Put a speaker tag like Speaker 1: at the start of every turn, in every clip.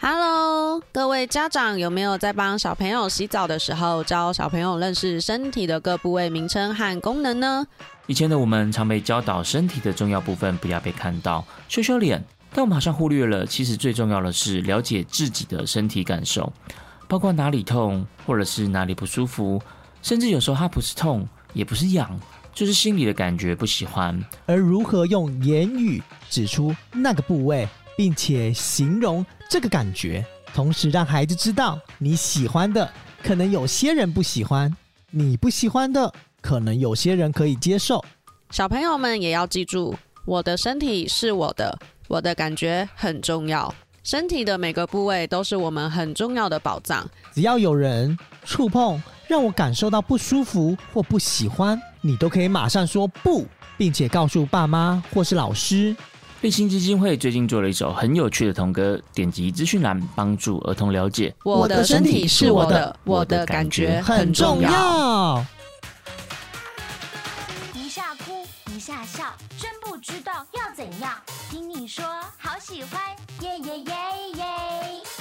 Speaker 1: Hello，各位家长有没有在帮小朋友洗澡的时候教小朋友认识身体的各部位名称和功能呢？
Speaker 2: 以前的我们常被教导身体的重要部分不要被看到，羞羞脸，但我们好像忽略了，其实最重要的是了解自己的身体感受，包括哪里痛，或者是哪里不舒服，甚至有时候它不是痛，也不是痒，就是心里的感觉不喜欢。
Speaker 3: 而如何用言语指出那个部位，并且形容这个感觉，同时让孩子知道你喜欢的，可能有些人不喜欢；你不喜欢的，可能有些人可以接受。
Speaker 1: 小朋友们也要记住，我的身体是我的，我的感觉很重要。身体的每个部位都是我们很重要的宝藏。
Speaker 3: 只要有人触碰让我感受到不舒服或不喜欢，你都可以马上说不，并且告诉爸妈或是老师。
Speaker 2: 立新基金会最近做了一首很有趣的童歌，点击资讯栏帮助儿童了解。
Speaker 1: 我的身体是我的，我
Speaker 2: 我
Speaker 1: 的
Speaker 2: 的
Speaker 1: 感
Speaker 2: 感
Speaker 1: 觉
Speaker 2: 觉
Speaker 1: 很
Speaker 3: 很
Speaker 1: 重
Speaker 3: 重
Speaker 1: 要。
Speaker 3: 要。
Speaker 4: 一下哭一下笑，真不知道要怎样。听你说好喜欢，耶耶耶耶！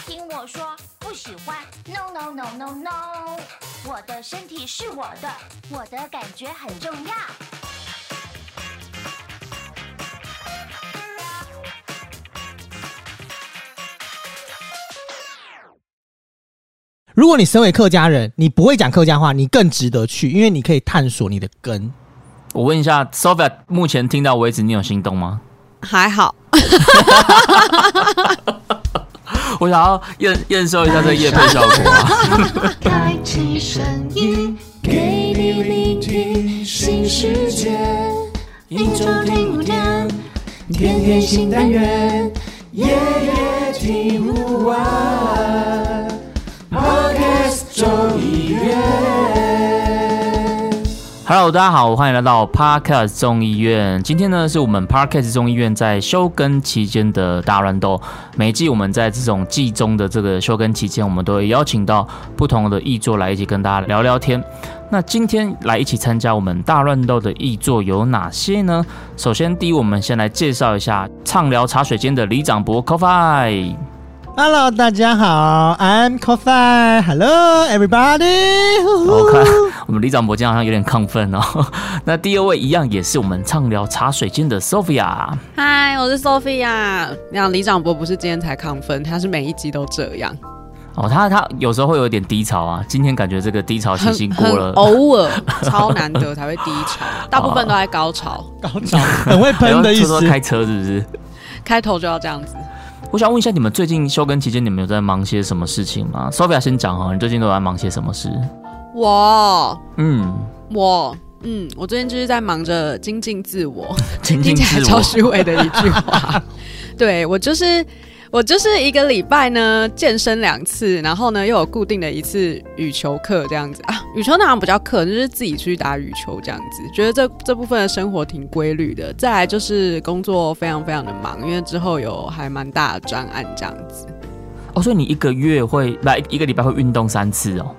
Speaker 4: 听我说不喜欢，no no no no no。我的身体是我的，我的感觉很重要。
Speaker 3: 如果你身为客家人，你不会讲客家话，你更值得去，因为你可以探索你的根。
Speaker 2: 我问一下 Sophia，目前听到为止，你有心动吗？
Speaker 1: 还好，
Speaker 2: 我想要验验收一下这个夜配效果、啊。
Speaker 5: 开启声音，给你聆听新世界，一周听五天，天天新单元，夜夜听不完。Podcast 周一月。
Speaker 2: Hello，大家好，欢迎来到 Parkes 众议院。今天呢，是我们 Parkes 众议院在休耕期间的大乱斗。每一季我们在这种季中的这个休耕期间，我们都会邀请到不同的译作来一起跟大家聊聊天。那今天来一起参加我们大乱斗的译作有哪些呢？首先，第一，我们先来介绍一下畅聊茶水间的李长博 Coffee。
Speaker 3: Hello，大家好，I'm Coffee。Hello everybody 呼呼。
Speaker 2: 我看我们李长博今天好像有点亢奋哦。 那第二位一样也是我们畅聊茶水间的 Sophia。
Speaker 1: 嗨，我是 Sophia。那李长博不是今天才亢奋，他是每一集都这样，
Speaker 2: 哦，他他有时候会有点低潮啊。今天感觉这个低潮期已经过
Speaker 1: 很
Speaker 2: 了，
Speaker 1: 偶尔，超难得才会低 潮，大部分都在高
Speaker 2: 哦
Speaker 1: 潮，
Speaker 3: 高潮，很会
Speaker 2: 哎呦
Speaker 3: 喷的意
Speaker 2: 说
Speaker 3: 思
Speaker 2: 说。开车是不是？
Speaker 1: 开头就要这样子。
Speaker 2: 我想问一下，你们最近休耕期间，你们有在忙些什么事情吗？Sophia 先讲哦哈，你最近都在忙些什么事？
Speaker 1: 我
Speaker 2: 嗯，
Speaker 1: 我嗯，我最近就是在忙着精进自我，
Speaker 2: 精
Speaker 1: 听
Speaker 2: 进
Speaker 1: 起来
Speaker 2: 自
Speaker 1: 超
Speaker 2: 我。
Speaker 1: 虚伪的一句 话。对我就是我就是一个礼拜呢健身两次，然后呢又有固定的一次羽球课这样子啊，羽球那好像不叫课，就是自己去打羽球这样子，觉得这这部分的生活挺规律的。再来就是工作非常非常的忙，因为之后有还蛮大的专案这样子。
Speaker 2: 哦，所以你一个月会来一个礼拜会运动三次哦。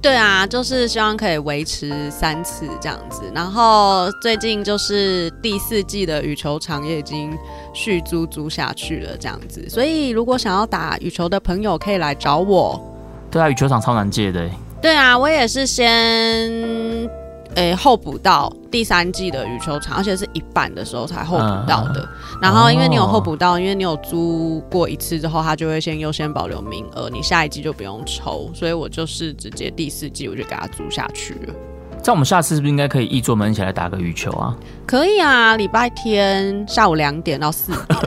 Speaker 1: 对啊，就是希望可以维持三次这样子。然后最近就是第四季的羽球场也已经续租租下去了这样子，所以如果想要打羽球的朋友可以来找我。
Speaker 2: 对啊，羽球场超难借的欸。
Speaker 1: 对啊，我也是先诶候补到第三季的羽球场，而且是一半的时候才候补到的。然后因为你有候补到，因为你有租过一次之后，他就会先优先保留名额，你下一季就不用抽，所以我就是直接第四季我就给他租下去了。
Speaker 2: 这样我们下次是不是应该可以一桌们一起来打个羽球 啊？
Speaker 1: 可以啊，礼拜天下午两点到 四点，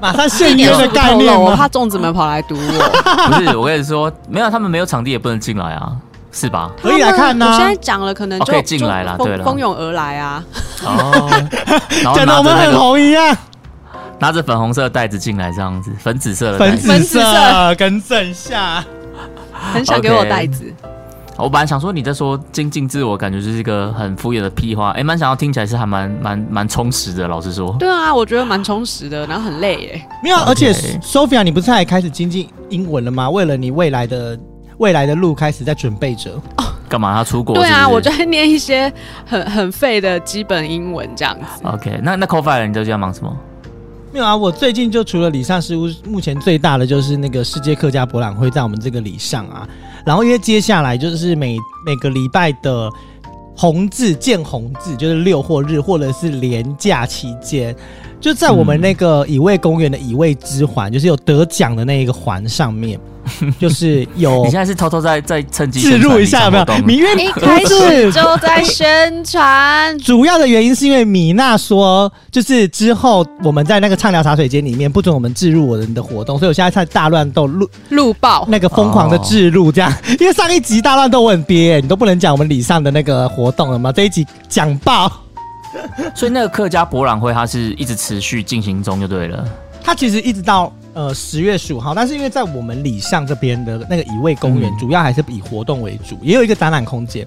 Speaker 3: 马上现约的概念
Speaker 1: 我
Speaker 3: 吗
Speaker 1: 怕？粽子们跑来堵我。
Speaker 2: 不是，我跟你说，没有他们没有场地也不能进来啊，是吧？
Speaker 3: 可以来啊看呐
Speaker 1: 我现在讲了，可能就
Speaker 2: 哦可以进来啦
Speaker 1: 就蜂
Speaker 2: 对啦
Speaker 1: 蜂拥而来啊！
Speaker 2: 哦， 然后
Speaker 3: 讲的
Speaker 2: 拿
Speaker 3: 我
Speaker 2: 着
Speaker 3: 们
Speaker 2: 那
Speaker 3: 很
Speaker 2: 个
Speaker 3: 红一样，
Speaker 2: 拿着粉红色的袋子进来，这样子，粉紫色的袋
Speaker 3: 粉
Speaker 2: 子。
Speaker 1: 粉
Speaker 3: 紫
Speaker 1: 紫
Speaker 3: 色，跟正下。
Speaker 1: 很想给我袋子。
Speaker 2: 我本来想说你在说精进自我，感觉就是一个很敷衍的屁话，哎、蛮想要听起来是还蛮蛮蛮充实的。老实说，
Speaker 1: 对啊，我觉得蛮充实的，然后很累耶。
Speaker 3: 没有，而且
Speaker 2: OK
Speaker 3: Sophia，你不是还开始精进英文了吗？为了你未来的未来的路，开始在准备着。
Speaker 2: 干嘛他出国是不
Speaker 1: 对
Speaker 2: 是？
Speaker 1: 啊，我就在念一些 很很废的基本英文这样子。
Speaker 2: OK 那。那 c o f i 你最近在忙什么？
Speaker 3: 没有啊，我最近就除了礼尚事务，目前最大的就是那个世界客家博览会在我们这个礼尚啊。然后因为接下来就是每每个礼拜的红字见红字，就是六或日或者是连假期间，就在我们那个乙未公园的乙未之环，就是有得奖的那一个环上面，就是 有
Speaker 2: 你现在是偷偷在在趁机
Speaker 3: 置入一下有没有？明月，
Speaker 1: 一哎开始就在宣传
Speaker 3: 主要的原因是因为米娜说，就是之后我们在那个畅聊茶水间里面不准我们置入我们的活动，所以我现在在大乱斗录
Speaker 1: 录爆。
Speaker 3: 那个疯狂的置入这样，因为上一集大乱斗我很憋，你都不能讲我们礼上的那个活动了吗？这一集讲爆，
Speaker 2: 所以那个客家博览会它是一直持续进行中就对了。
Speaker 3: 它其实一直到呃十月十五号，但是因为在我们礼上这边的那个乙未公园，
Speaker 2: 嗯
Speaker 3: 主要还是以活动为主，也有一个展览空间。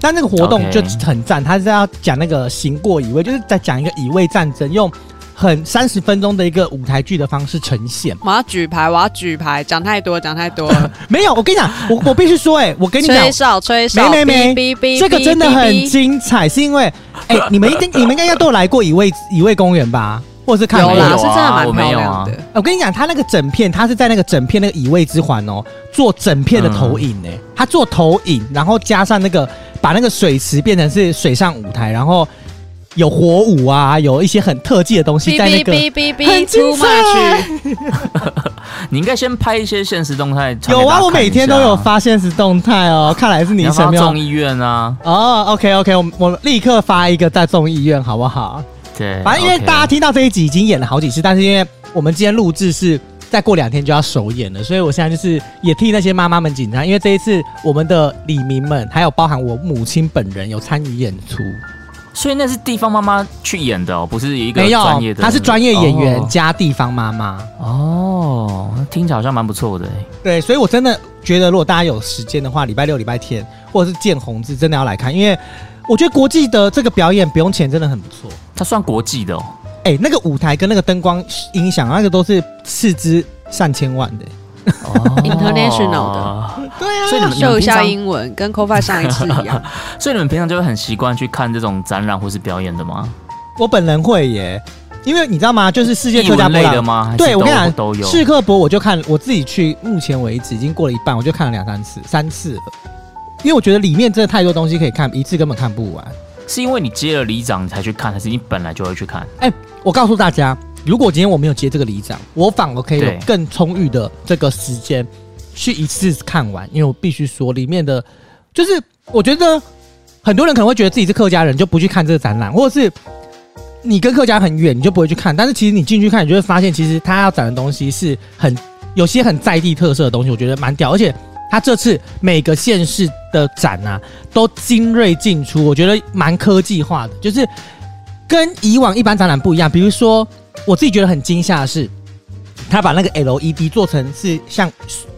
Speaker 3: 但那个活动
Speaker 2: OK
Speaker 3: 就很赞，它是要讲那个行过乙未，就是在讲一个乙未战争，用很三十分钟的一个舞台剧的方式呈现。
Speaker 1: 我要举牌，我要举牌，讲太多，讲太多，
Speaker 3: 没 有，我跟你讲，我 我必须说、哎，我跟你讲，
Speaker 1: 吹哨，吹哨，
Speaker 3: 没没
Speaker 1: 哔哔哔，
Speaker 3: 这个真的很
Speaker 1: 哔哔
Speaker 3: 精彩，是因为，哎、你们一定你们应该都有来过一位一位公园吧，或者是看
Speaker 1: 有
Speaker 2: 没
Speaker 1: 啦，
Speaker 2: 有
Speaker 1: 是
Speaker 2: 啊
Speaker 1: 真的蛮
Speaker 2: 我
Speaker 1: 漂
Speaker 2: 没有
Speaker 1: 亮
Speaker 2: 啊
Speaker 1: 的。
Speaker 3: 我跟你讲，他那个整片，他是在那个整片那个乙未之环哦，做整片的投影呢、他做投影，然后加上那个把那个水池变成是水上舞台，然后有火舞啊，有一些很特技的东西
Speaker 1: 哔
Speaker 3: 在那
Speaker 1: 哔
Speaker 3: 个。
Speaker 1: 哔哔
Speaker 3: 很
Speaker 1: 哔
Speaker 3: 精
Speaker 1: ，too
Speaker 3: 彩
Speaker 1: much，
Speaker 2: 你应该先拍一些现实动态。传给
Speaker 3: 有
Speaker 2: 大
Speaker 3: 啊，
Speaker 2: 家
Speaker 3: 我
Speaker 2: 看
Speaker 3: 每
Speaker 2: 一
Speaker 3: 天
Speaker 2: 下
Speaker 3: 都有。发现实动态哦，看来是
Speaker 2: 你
Speaker 3: 你
Speaker 2: 要
Speaker 3: 什
Speaker 2: 发
Speaker 3: 么
Speaker 2: 到
Speaker 3: 样
Speaker 2: 众议院啊？
Speaker 3: 哦？OK OK，我我立刻发一个在众议院好不好？
Speaker 2: 对，
Speaker 3: 反正因为
Speaker 2: OK
Speaker 3: 大家听到这一集已经演了好几次，但是因为我们今天录制是再过两天就要首演了，所以我现在就是也替那些妈妈们紧张，因为这一次我们的李明们还有包含我母亲本人有参与演出，
Speaker 2: 所以那是地方妈妈去演的哦，不是一个
Speaker 3: 没
Speaker 2: 专业
Speaker 3: 有，
Speaker 2: 的，
Speaker 3: 她是专业演员
Speaker 2: 哦
Speaker 3: 加地方妈妈，
Speaker 2: 哦，听起来好像蛮不错的欸。
Speaker 3: 对，所以我真的觉得如果大家有时间的话，礼拜六、礼拜天或者是见红字，真的要来看，因为我觉得国际的这个表演不用钱真的很不错。
Speaker 2: 它算国际的哦，
Speaker 3: 哎、那个舞台跟那个灯光、音响，那个都是斥资上千万的、
Speaker 2: 哦
Speaker 1: International
Speaker 2: 的。
Speaker 3: 对啊
Speaker 2: 所以你们你
Speaker 1: 秀
Speaker 2: 们
Speaker 1: 一
Speaker 2: 平
Speaker 1: 下
Speaker 2: 常，
Speaker 1: 英文，跟 c o f i 上一次一 样。
Speaker 2: 所以你们平常就会很习惯去看这种展览或是表演的吗？
Speaker 3: 我本人会耶，因为你知道吗？就是世界
Speaker 2: 艺
Speaker 3: 客家
Speaker 2: 文
Speaker 3: 博
Speaker 2: 类的
Speaker 3: 览，
Speaker 2: 吗？还是
Speaker 3: 对我
Speaker 2: 都
Speaker 3: 跟你讲
Speaker 2: 都有。
Speaker 3: 世客博我就看我自己去，目前为止已经过了一半，我就看了两三次，三次了。因为我觉得里面真的太多东西可以看，一次根本看不完。
Speaker 2: 是因为你接了里长你才去看，还是你本来就会去看？
Speaker 3: 我告诉大家，如果今天我没有接这个里长，我反而可以有
Speaker 2: 对
Speaker 3: 更充裕的这个时间去一次看完，因为我必须说里面的，就是我觉得很多人可能会觉得自己是客家人就不去看这个展览，或者是你跟客家很远你就不会去看，但是其实你进去看，你就会发现其实他要展的东西是很有些很在地特色的东西，我觉得蛮屌，而且。他这次每个县市的展啊，都精锐进出，我觉得蛮科技化的，就是跟以往一般展览不一样。比如说，我自己觉得很惊吓的是，他把那个 LED 做成是像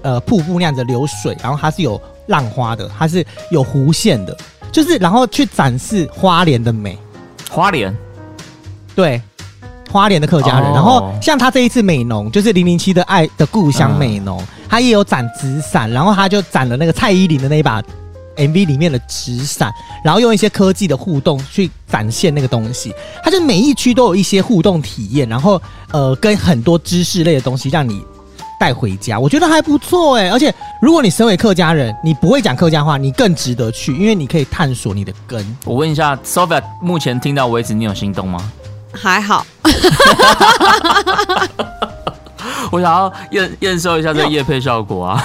Speaker 3: 呃瀑布那样子流水，然后它是有浪花的，它是有弧线的，就是然后去展示花莲的美，
Speaker 2: 花莲
Speaker 3: 对。花莲的客家人
Speaker 2: 哦
Speaker 3: 然后像他这一次美农，就是零零七的爱的故乡美农，他也有展纸伞，然后他就展了那个蔡依林的那一把 MV 里面的纸伞，然后用一些科技的互动去展现那个东西。它就每一区都有一些互动体验，然后呃，跟很多知识类的东西让你带回家，我觉得还不错哎。而且如果你身为客家人，你不会讲客家话，你更值得去，因为你可以探索你的根。
Speaker 2: 我问一下，Sophia，目前听到为止，你有心动吗？
Speaker 1: 还好，
Speaker 2: 我想要验验收一下这个夜配效果啊。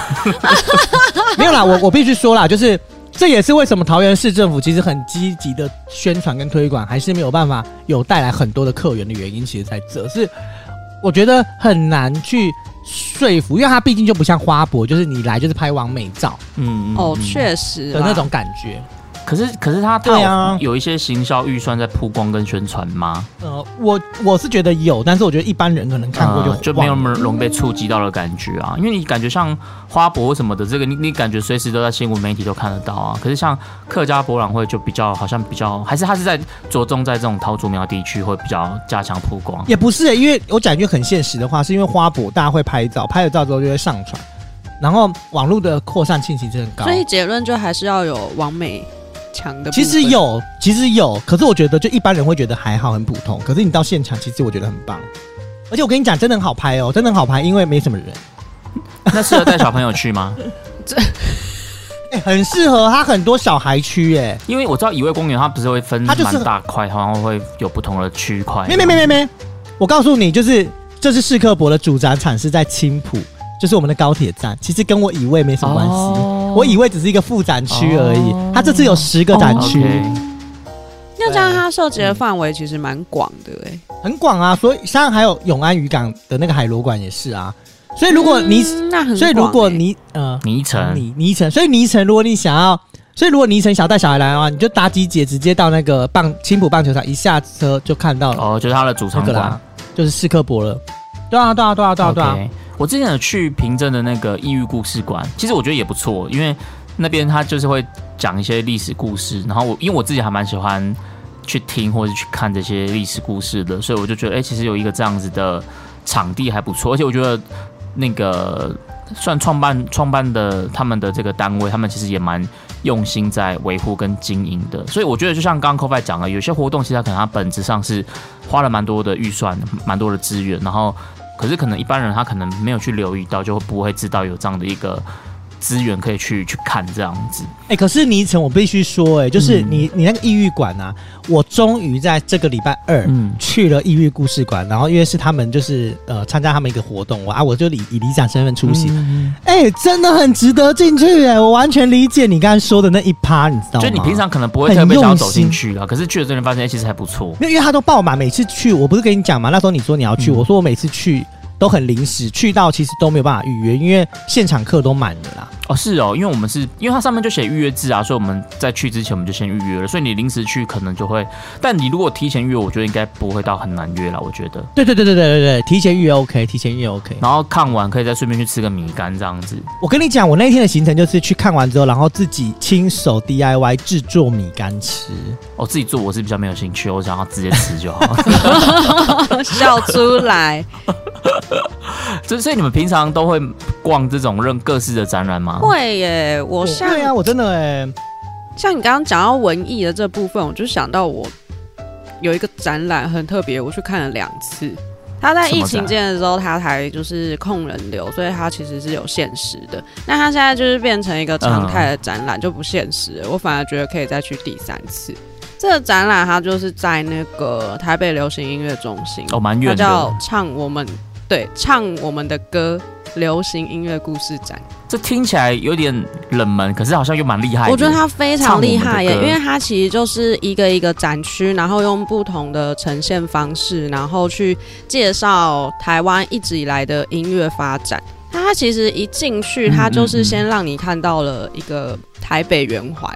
Speaker 3: 没有啦，我我必须说啦，就是这也是为什么桃园市政府其实很积极的宣传跟推广，还是没有办法有带来很多的客源的原因，其实在这是我觉得很难去说服，因为它毕竟就不像花博，就是你来就是拍完美照
Speaker 2: 嗯，嗯
Speaker 1: 哦，
Speaker 2: 嗯
Speaker 1: 确实
Speaker 3: 的
Speaker 1: 啦
Speaker 3: 那种感觉。
Speaker 2: 可是可是他
Speaker 3: 对啊
Speaker 2: 他有有一些行销预算在曝光跟宣传吗？
Speaker 3: 呃，我我是觉得有，但是我觉得一般人可能看过就、
Speaker 2: 呃就没有那么容易被触及到的感觉啊。因为你感觉像花博什么的，这个你你感觉随时都在新闻媒体都看得到啊。可是像客家博览会就比较好像比较，还是它是在着重在这种桃竹苗地区会比较加强曝光。
Speaker 3: 也不是、欸因为我讲一句很现实的话，是因为花博大家会拍照，拍了照之后就会上传，然后网络的扩散性其实很高。
Speaker 1: 所以结论就还是要有完美强的部分。
Speaker 3: 其实有，其实有，可是我觉得就一般人会觉得还好，很普通。可是你到现场，其实我觉得很棒。而且我跟你讲，真的很好拍哦，真的很好拍，因为没什么人，
Speaker 2: 那适合带小朋友去吗？
Speaker 3: 哎、很适合他很多小孩区哎、
Speaker 2: 因为我知道野味公园它不是会分
Speaker 3: 它就是
Speaker 2: 蛮大块，好像会有不同的区块。
Speaker 3: 没没没没没，我告诉你，就是这次世客博的主展场是在青浦，就是我们的高铁站，其实跟我以为没什么关系。
Speaker 2: 哦
Speaker 3: 我以为只是一个副展区而已
Speaker 2: 哦，
Speaker 3: 它这次有十个展区，
Speaker 2: OK
Speaker 1: 那这样它涉及的范围其实蛮广的哎、
Speaker 3: 很广啊。所以现在还有永安渔港的那个海螺馆也是啊。所以如果你，
Speaker 1: 嗯那很广欸、
Speaker 3: 所以如果你呃，
Speaker 2: 泥城，
Speaker 3: 你泥城，所以泥城，如果你想要，所以如果泥城想要带小孩来的话，你就搭机姐直接到那个棒青浦棒球场，一下车就看到了
Speaker 2: 哦，就是它的主
Speaker 3: 那
Speaker 2: 场
Speaker 3: 个
Speaker 2: 馆
Speaker 3: 啦。，就是世客博了。对啊，对啊，对啊，对啊，对啊。
Speaker 2: OK，我之前有去平镇的那个异域故事馆，其实我觉得也不错，因为那边他就是会讲一些历史故事，然后我因为我自己还蛮喜欢去听或者去看这些历史故事的，所以我就觉得，哎、其实有一个这样子的场地还不错，而且我觉得那个算创办创办的他们的这个单位，他们其实也蛮用心在维护跟经营的，所以我觉得就像刚刚 Kofi 讲了，有些活动其实它可能它本质上是花了蛮多的预算、蛮多的资源，然后可是可能一般人他可能没有去留意到，就不会知道有这样的一个资源可以去去看这样子。
Speaker 3: 哎、可是倪晨，我必须说、哎，就是
Speaker 2: 嗯
Speaker 3: 你、你那个抑郁馆啊，我终于在这个礼拜二
Speaker 2: 嗯
Speaker 3: 去了抑郁故事馆，然后因为是他们就是呃参加他们一个活动，我啊我就以以理想身份出
Speaker 2: 嗯
Speaker 3: 席，哎、真的很值得进去、哎，我完全理解你刚才说的那一趴，你知道
Speaker 2: 就
Speaker 3: 吗？
Speaker 2: 你平常可能不会特别想要走进去啊，可是去了这边发现，哎、其实还不错。
Speaker 3: 没有，因为他都爆满，每次去我不是跟你讲嘛，那时候你说你要去，
Speaker 2: 嗯
Speaker 3: 我说我每次去都很临时，去到其实都没有办法预约，因为现场课都满了啦。
Speaker 2: 哦，是哦，因为我们是因为它上面就写预约制啊，所以我们在去之前我们就先预约了，所以你临时去可能就会，但你如果提前约，我觉得应该不会到很难约了，我觉得。
Speaker 3: 对对对对对对对，提前预约 OK，提前预约 OK。
Speaker 2: 然后看完可以再顺便去吃个米干这样子。
Speaker 3: 我跟你讲，我那一天的行程就是去看完之后，然后自己亲手 DIY 制作米干吃。
Speaker 2: 哦，自己做我是比较没有兴趣，我想要直接吃就好。
Speaker 1: 笑出 来，
Speaker 2: 所以所以你们平常都会逛这种任各式的展览吗？
Speaker 1: 会耶！我像
Speaker 3: 对啊，我真的哎、
Speaker 1: 像你刚刚讲到文艺的这部分，我就想到我有一个展览很特别，我去看了两次。它在疫情间的时候，它才就是控人流，所以它其实是有限时的。那它现在就是变成一个常态的展览，就不限时了。我反而觉得可以再去第三次。这个展览它就是在那个台北流行音乐中心，
Speaker 2: 哦，蛮
Speaker 1: 它
Speaker 2: 远
Speaker 1: 叫
Speaker 2: 的。
Speaker 1: 唱我们对唱我们的歌流行音乐故事展。
Speaker 2: 这听起来有点冷门，可是好像又蛮厉害的。
Speaker 1: 我觉得他非常厉害耶，
Speaker 2: 唱我们的
Speaker 1: 因为
Speaker 2: 歌
Speaker 1: 他其实就是一个一个展区，然后用不同的呈现方式，然后去介绍台湾一直以来的音乐发展。他其实一进去，
Speaker 2: 嗯
Speaker 1: 他就是
Speaker 2: 嗯嗯
Speaker 1: 先让你看到了一个台北圆环，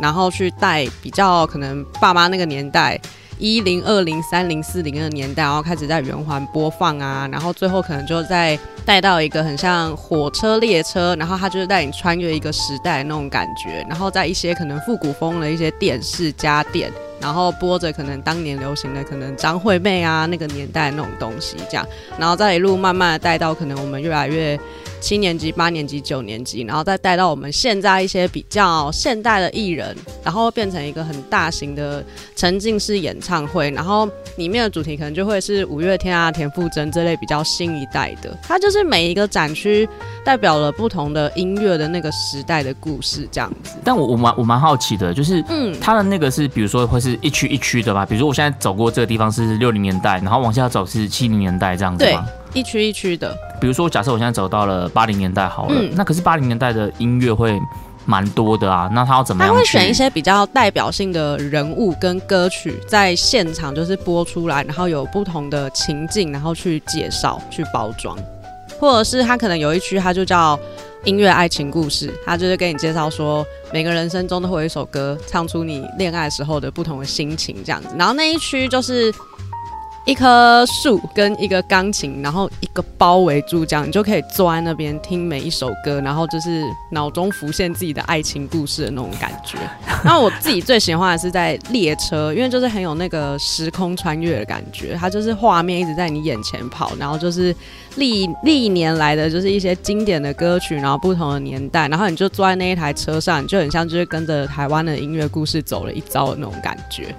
Speaker 1: 然后去带比较可能爸妈那个年代。一零二零三零四零的年代，然后开始在圆环播放啊，然后最后可能就在带到一个很像火车列车，然后它就是带你穿越一个时代那种感觉，然后在一些可能复古风的一些电视家电，然后播着可能当年流行的可能张惠妹啊那个年代那种东西这样，然后再一路慢慢的带到可能我们越来越七年级、八年级、九年级，然后再带到我们现在一些比较现代的艺人，然后变成一个很大型的沉浸式演唱会，然后里面的主题可能就会是五月天啊、田馥甄这类比较新一代的。它就是每一个展区代表了不同的音乐的那个时代的故事，这样子。
Speaker 2: 但我我蛮我蛮好奇的，就是
Speaker 1: 嗯，
Speaker 2: 它的那个是，比如说会是一区一区的吧？比如说我现在走过这个地方是六零年代，然后往下走是七零年代这样子
Speaker 1: 对
Speaker 2: 吗？，
Speaker 1: 一区一区的。
Speaker 2: 比如说假设我现在走到了八零年代好了，
Speaker 1: 嗯
Speaker 2: 那可是八零年代的音乐会蛮多的啊，那他要怎么
Speaker 1: 他
Speaker 2: 样？
Speaker 1: 会选一。些比较代表性的人物跟歌曲，在现场就是播出来，然后有不同的情境，然后去介绍、去包装，或者是他可能有一区，他就叫音乐爱情故事，他就是跟你介绍说，每个人生中都会有一首歌，唱出你恋爱时候的不同的心情这样子。然后那一区就是。一棵树跟一个钢琴，然后一个包围住，这样你就可以坐在那边听每一首歌，然后就是脑中浮现自己的爱情故事的那种感觉。 然后我自己最喜欢的是在列车，因为就是很有那个时空穿越的感觉，它就是画面一直在你眼前跑，然后就是历历年来的就是一些经典的歌曲，然后不同的年代，然后你就坐在那一台车上，你就很像就是跟着台湾的音乐故事走了一遭的那种感觉。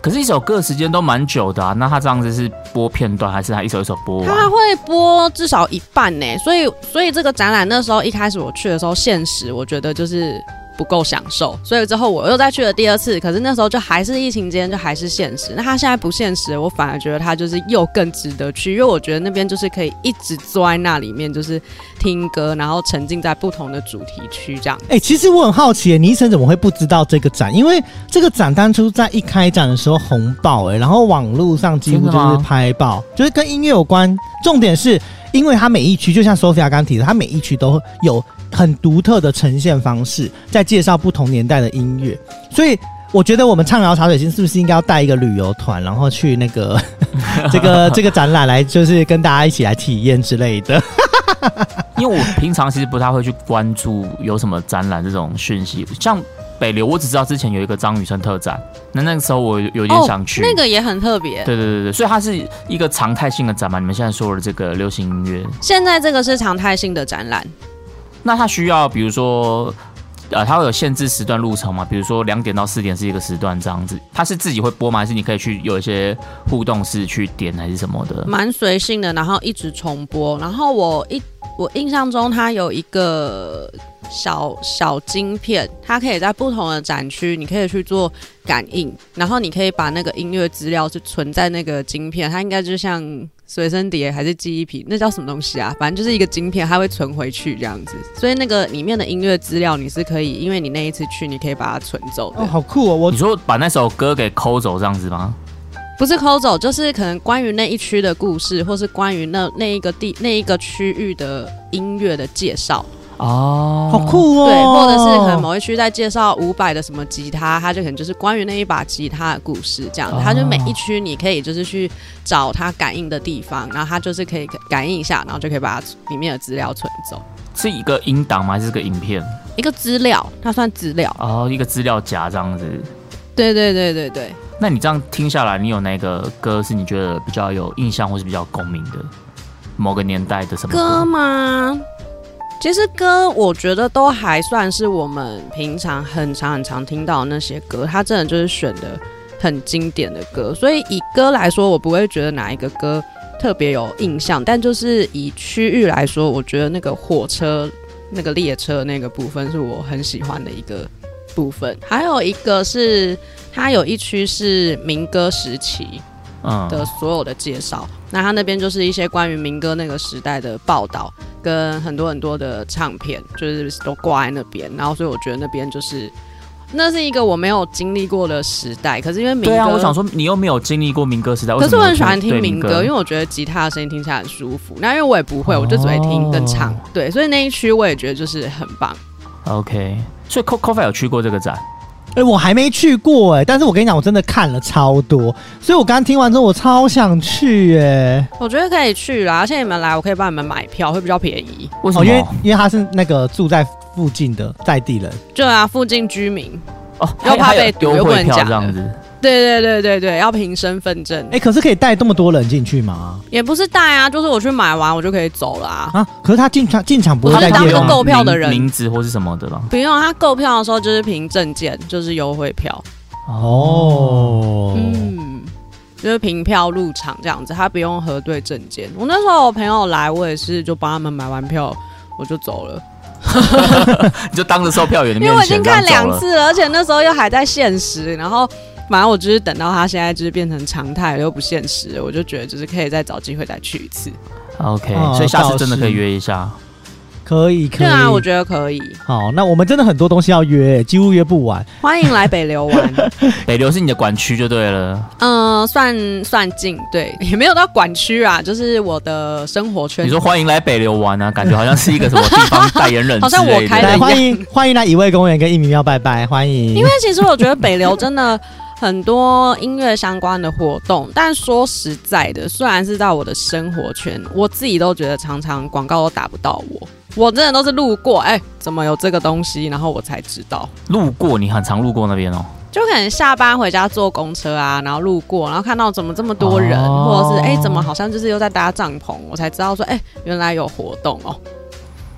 Speaker 2: 可是，一首歌的时间都蛮久的啊。那他这样子是播片段，还是他一首一首播
Speaker 1: 他
Speaker 2: 完？
Speaker 1: 会播至少一半呢，所以所以这个展览那时候一开始我去的时候，现实我觉得就是不够享受，所以之后我又再去了第二次，可是那时候就还是疫情间，就还是现实。那他现在不现实，我反而觉得他就是又更值得去，因为我觉得那边就是可以一直坐在那里面，就是听歌，然后沉浸在不同的主题区这样。
Speaker 3: 哎、其实我很好奇耶，倪医生怎么会不知道这个展？因为这个展当初在一开展的时候红爆哎、然后网络上几乎
Speaker 2: 真的
Speaker 3: 就是
Speaker 2: 吗
Speaker 3: 拍爆，就是跟音乐有关。重点是因为它每一区，就像 Sophia 刚提的，它每一区都有很独特的呈现方式，在介绍不同年代的音乐，所以。我觉得我们畅聊茶水间是不是应该要带一个旅游团，然后去那 个 这个这个展览来，就是跟大家一起来体验之类的？
Speaker 2: 因为我平常其实不太会去关注有什么展览这种讯息，像北流，我只知道之前有一个张雨生特展，那那个时候我有有点想去。
Speaker 1: 哦那个也很特别。
Speaker 2: 对对对对，所以它是一个常态性的展嘛。你们现在说的这个流行音乐，
Speaker 1: 现在这个是常态性的展览，
Speaker 2: 那它需要比如说，呃，它会有限制时段入场嘛？比如说两点到四点是一个时段这样子，它是自己会播吗？还是你可以去有一些互动式去点还是什么的？
Speaker 1: 蛮随性的，然后一直重播。然后我一我印象中，它有一个小小晶片，它可以在不同的展区，你可以去做感应，然后你可以把那个音乐资料是存在那个晶片，它应该就像随身碟还是记忆体，那叫什么东西啊？反正就是一个晶片，它会存回去这样子。所以那个里面的音乐资料，你是可以，因为你那一次去，你可以把它存走的。
Speaker 3: 哦，好酷哦！我
Speaker 2: 你说把那首歌给抠走这样子吗？
Speaker 1: 不是抠走，就是可能关于那一区的故事，或是关于那那一个地那一个区域的音乐的介绍，
Speaker 2: 哦，
Speaker 3: 好！酷哦！
Speaker 1: 对，或者是可能某一区在介绍伍佰的什么吉他，它就可能就是关于那一把吉他的故事这样子。
Speaker 2: 哦
Speaker 1: 它就每一区你可以就是去找它感应的地方，然后它就是可以感应一下，然后就可以把它里面的资料存走。
Speaker 2: 是一个音档吗？还是个影片？
Speaker 1: 一个资料，它算资料。啊
Speaker 2: 哦，一个资料夹这样子。
Speaker 1: 对对对对对。
Speaker 2: 那你这样听下来，你有哪个歌是你觉得比较有印象或是比较共鸣的？某个年代的什么
Speaker 1: 歌
Speaker 2: 歌？
Speaker 1: 吗？其实歌我觉得都还算是我们平常很常很常听到的那些歌，它真的就是选的很经典的歌，所以以歌来说，我不会觉得哪一个歌特别有印象，但就是以区域来说，我觉得那个火车、那个列车那个部分是我很喜欢的一个部分，还有一个是它有一区是民歌时期，
Speaker 2: 嗯
Speaker 1: 的所有的介绍。那他那边就是一些关于民歌那个时代的报道，跟很多很多的唱片，就是都挂在那边。然后，所以我觉得那边就是那是一个我没有经历过的时代。可是因为民歌，
Speaker 2: 对啊，我想，说你又没有经历过民歌时代，
Speaker 1: 可是
Speaker 2: 为什么
Speaker 1: 我
Speaker 2: 你
Speaker 1: 很喜欢
Speaker 2: 对
Speaker 1: 听民歌，因为我觉得吉他的声音听起来很舒服。那因为我也不会，我就只会听跟唱。
Speaker 2: 哦
Speaker 1: 对，所以那一区我也觉得就是很棒。
Speaker 2: OK，所以 Coco 有去过这个展，
Speaker 3: 哎、我还没去过哎、但是我跟你讲，我真的看了超多，所以我刚刚听完之后，我超想去哎、
Speaker 1: 我觉得可以去啦，而且你们来，我可以帮你们买票，会比较便宜。
Speaker 2: 为什
Speaker 3: 哦，
Speaker 2: 么？
Speaker 3: 因为因为他是那个住在附近的在地人，
Speaker 1: 对啊，附近居民。
Speaker 2: 哦，
Speaker 1: 又
Speaker 2: 还
Speaker 1: 怕
Speaker 2: 还有
Speaker 1: 被堵
Speaker 2: 丢
Speaker 1: 又不
Speaker 2: 汇
Speaker 1: 能
Speaker 2: 票
Speaker 1: 讲
Speaker 2: 这样子，
Speaker 1: 对对对对对，要凭身份证
Speaker 3: 哎、。可是可以带这么多人进去吗？
Speaker 1: 也不是带啊，就是我去买完我就可以走啦、
Speaker 3: 啊，可是他进场进场不会
Speaker 1: 我
Speaker 3: 在
Speaker 1: 是当
Speaker 3: 夜
Speaker 1: 做
Speaker 3: 吗
Speaker 1: 购票的人
Speaker 2: 名名字或是什么的吧？
Speaker 1: 不用，他购票的时候就是凭证件，就是优惠票，
Speaker 3: 哦，
Speaker 1: 嗯，就是凭票入场这样子，他不用核对证件。我那时候我朋友来，我也是就帮他们买完票。我就走了，
Speaker 2: 你就当着售票员的
Speaker 1: 因
Speaker 2: 面
Speaker 1: 为
Speaker 2: 前
Speaker 1: 我已经看
Speaker 2: 这样走
Speaker 1: 两
Speaker 2: 了
Speaker 1: 次了，而且那时候又还在现实，然后反正我就是等到他现在就是变成常态了又不现实了，我就觉得就是可以再找机会再去一次。
Speaker 2: OK，、
Speaker 3: 哦
Speaker 2: 所以下次真的
Speaker 3: 倒是
Speaker 2: 可以约一下。
Speaker 3: 可以可以。
Speaker 1: 对啊，我觉得可以，
Speaker 3: 好，那我们真的很多东西要约、几乎约不完。
Speaker 1: 欢迎来北流玩。
Speaker 2: 北流是你的管区就对了。
Speaker 1: 嗯，算算近，对，也没有到管区啊，就是我的生活圈。
Speaker 2: 你说欢迎来北流玩啊， 感觉好像是一个什么地方代言人之类的，
Speaker 1: 好像我开了
Speaker 3: 来，
Speaker 1: 一样
Speaker 3: 欢迎欢迎来一位公园跟一米喵拜拜，欢迎。
Speaker 1: 哎因为其实我觉得北流真的很多音乐相关的活动，但说实在的，虽然是在我的生活圈，我自己都觉得常常广告都打不到我。我真的都是路过，哎、怎么有这个东西？然后我才知道，
Speaker 2: 路过，你很常路过那边哦。
Speaker 1: 就可能下班回家坐公车啊，然后路过，然后看到怎么这么多人，
Speaker 2: 哦
Speaker 1: 或者是哎、怎么好像就是又在搭帐篷，我才知道说，哎、原来有活动哦。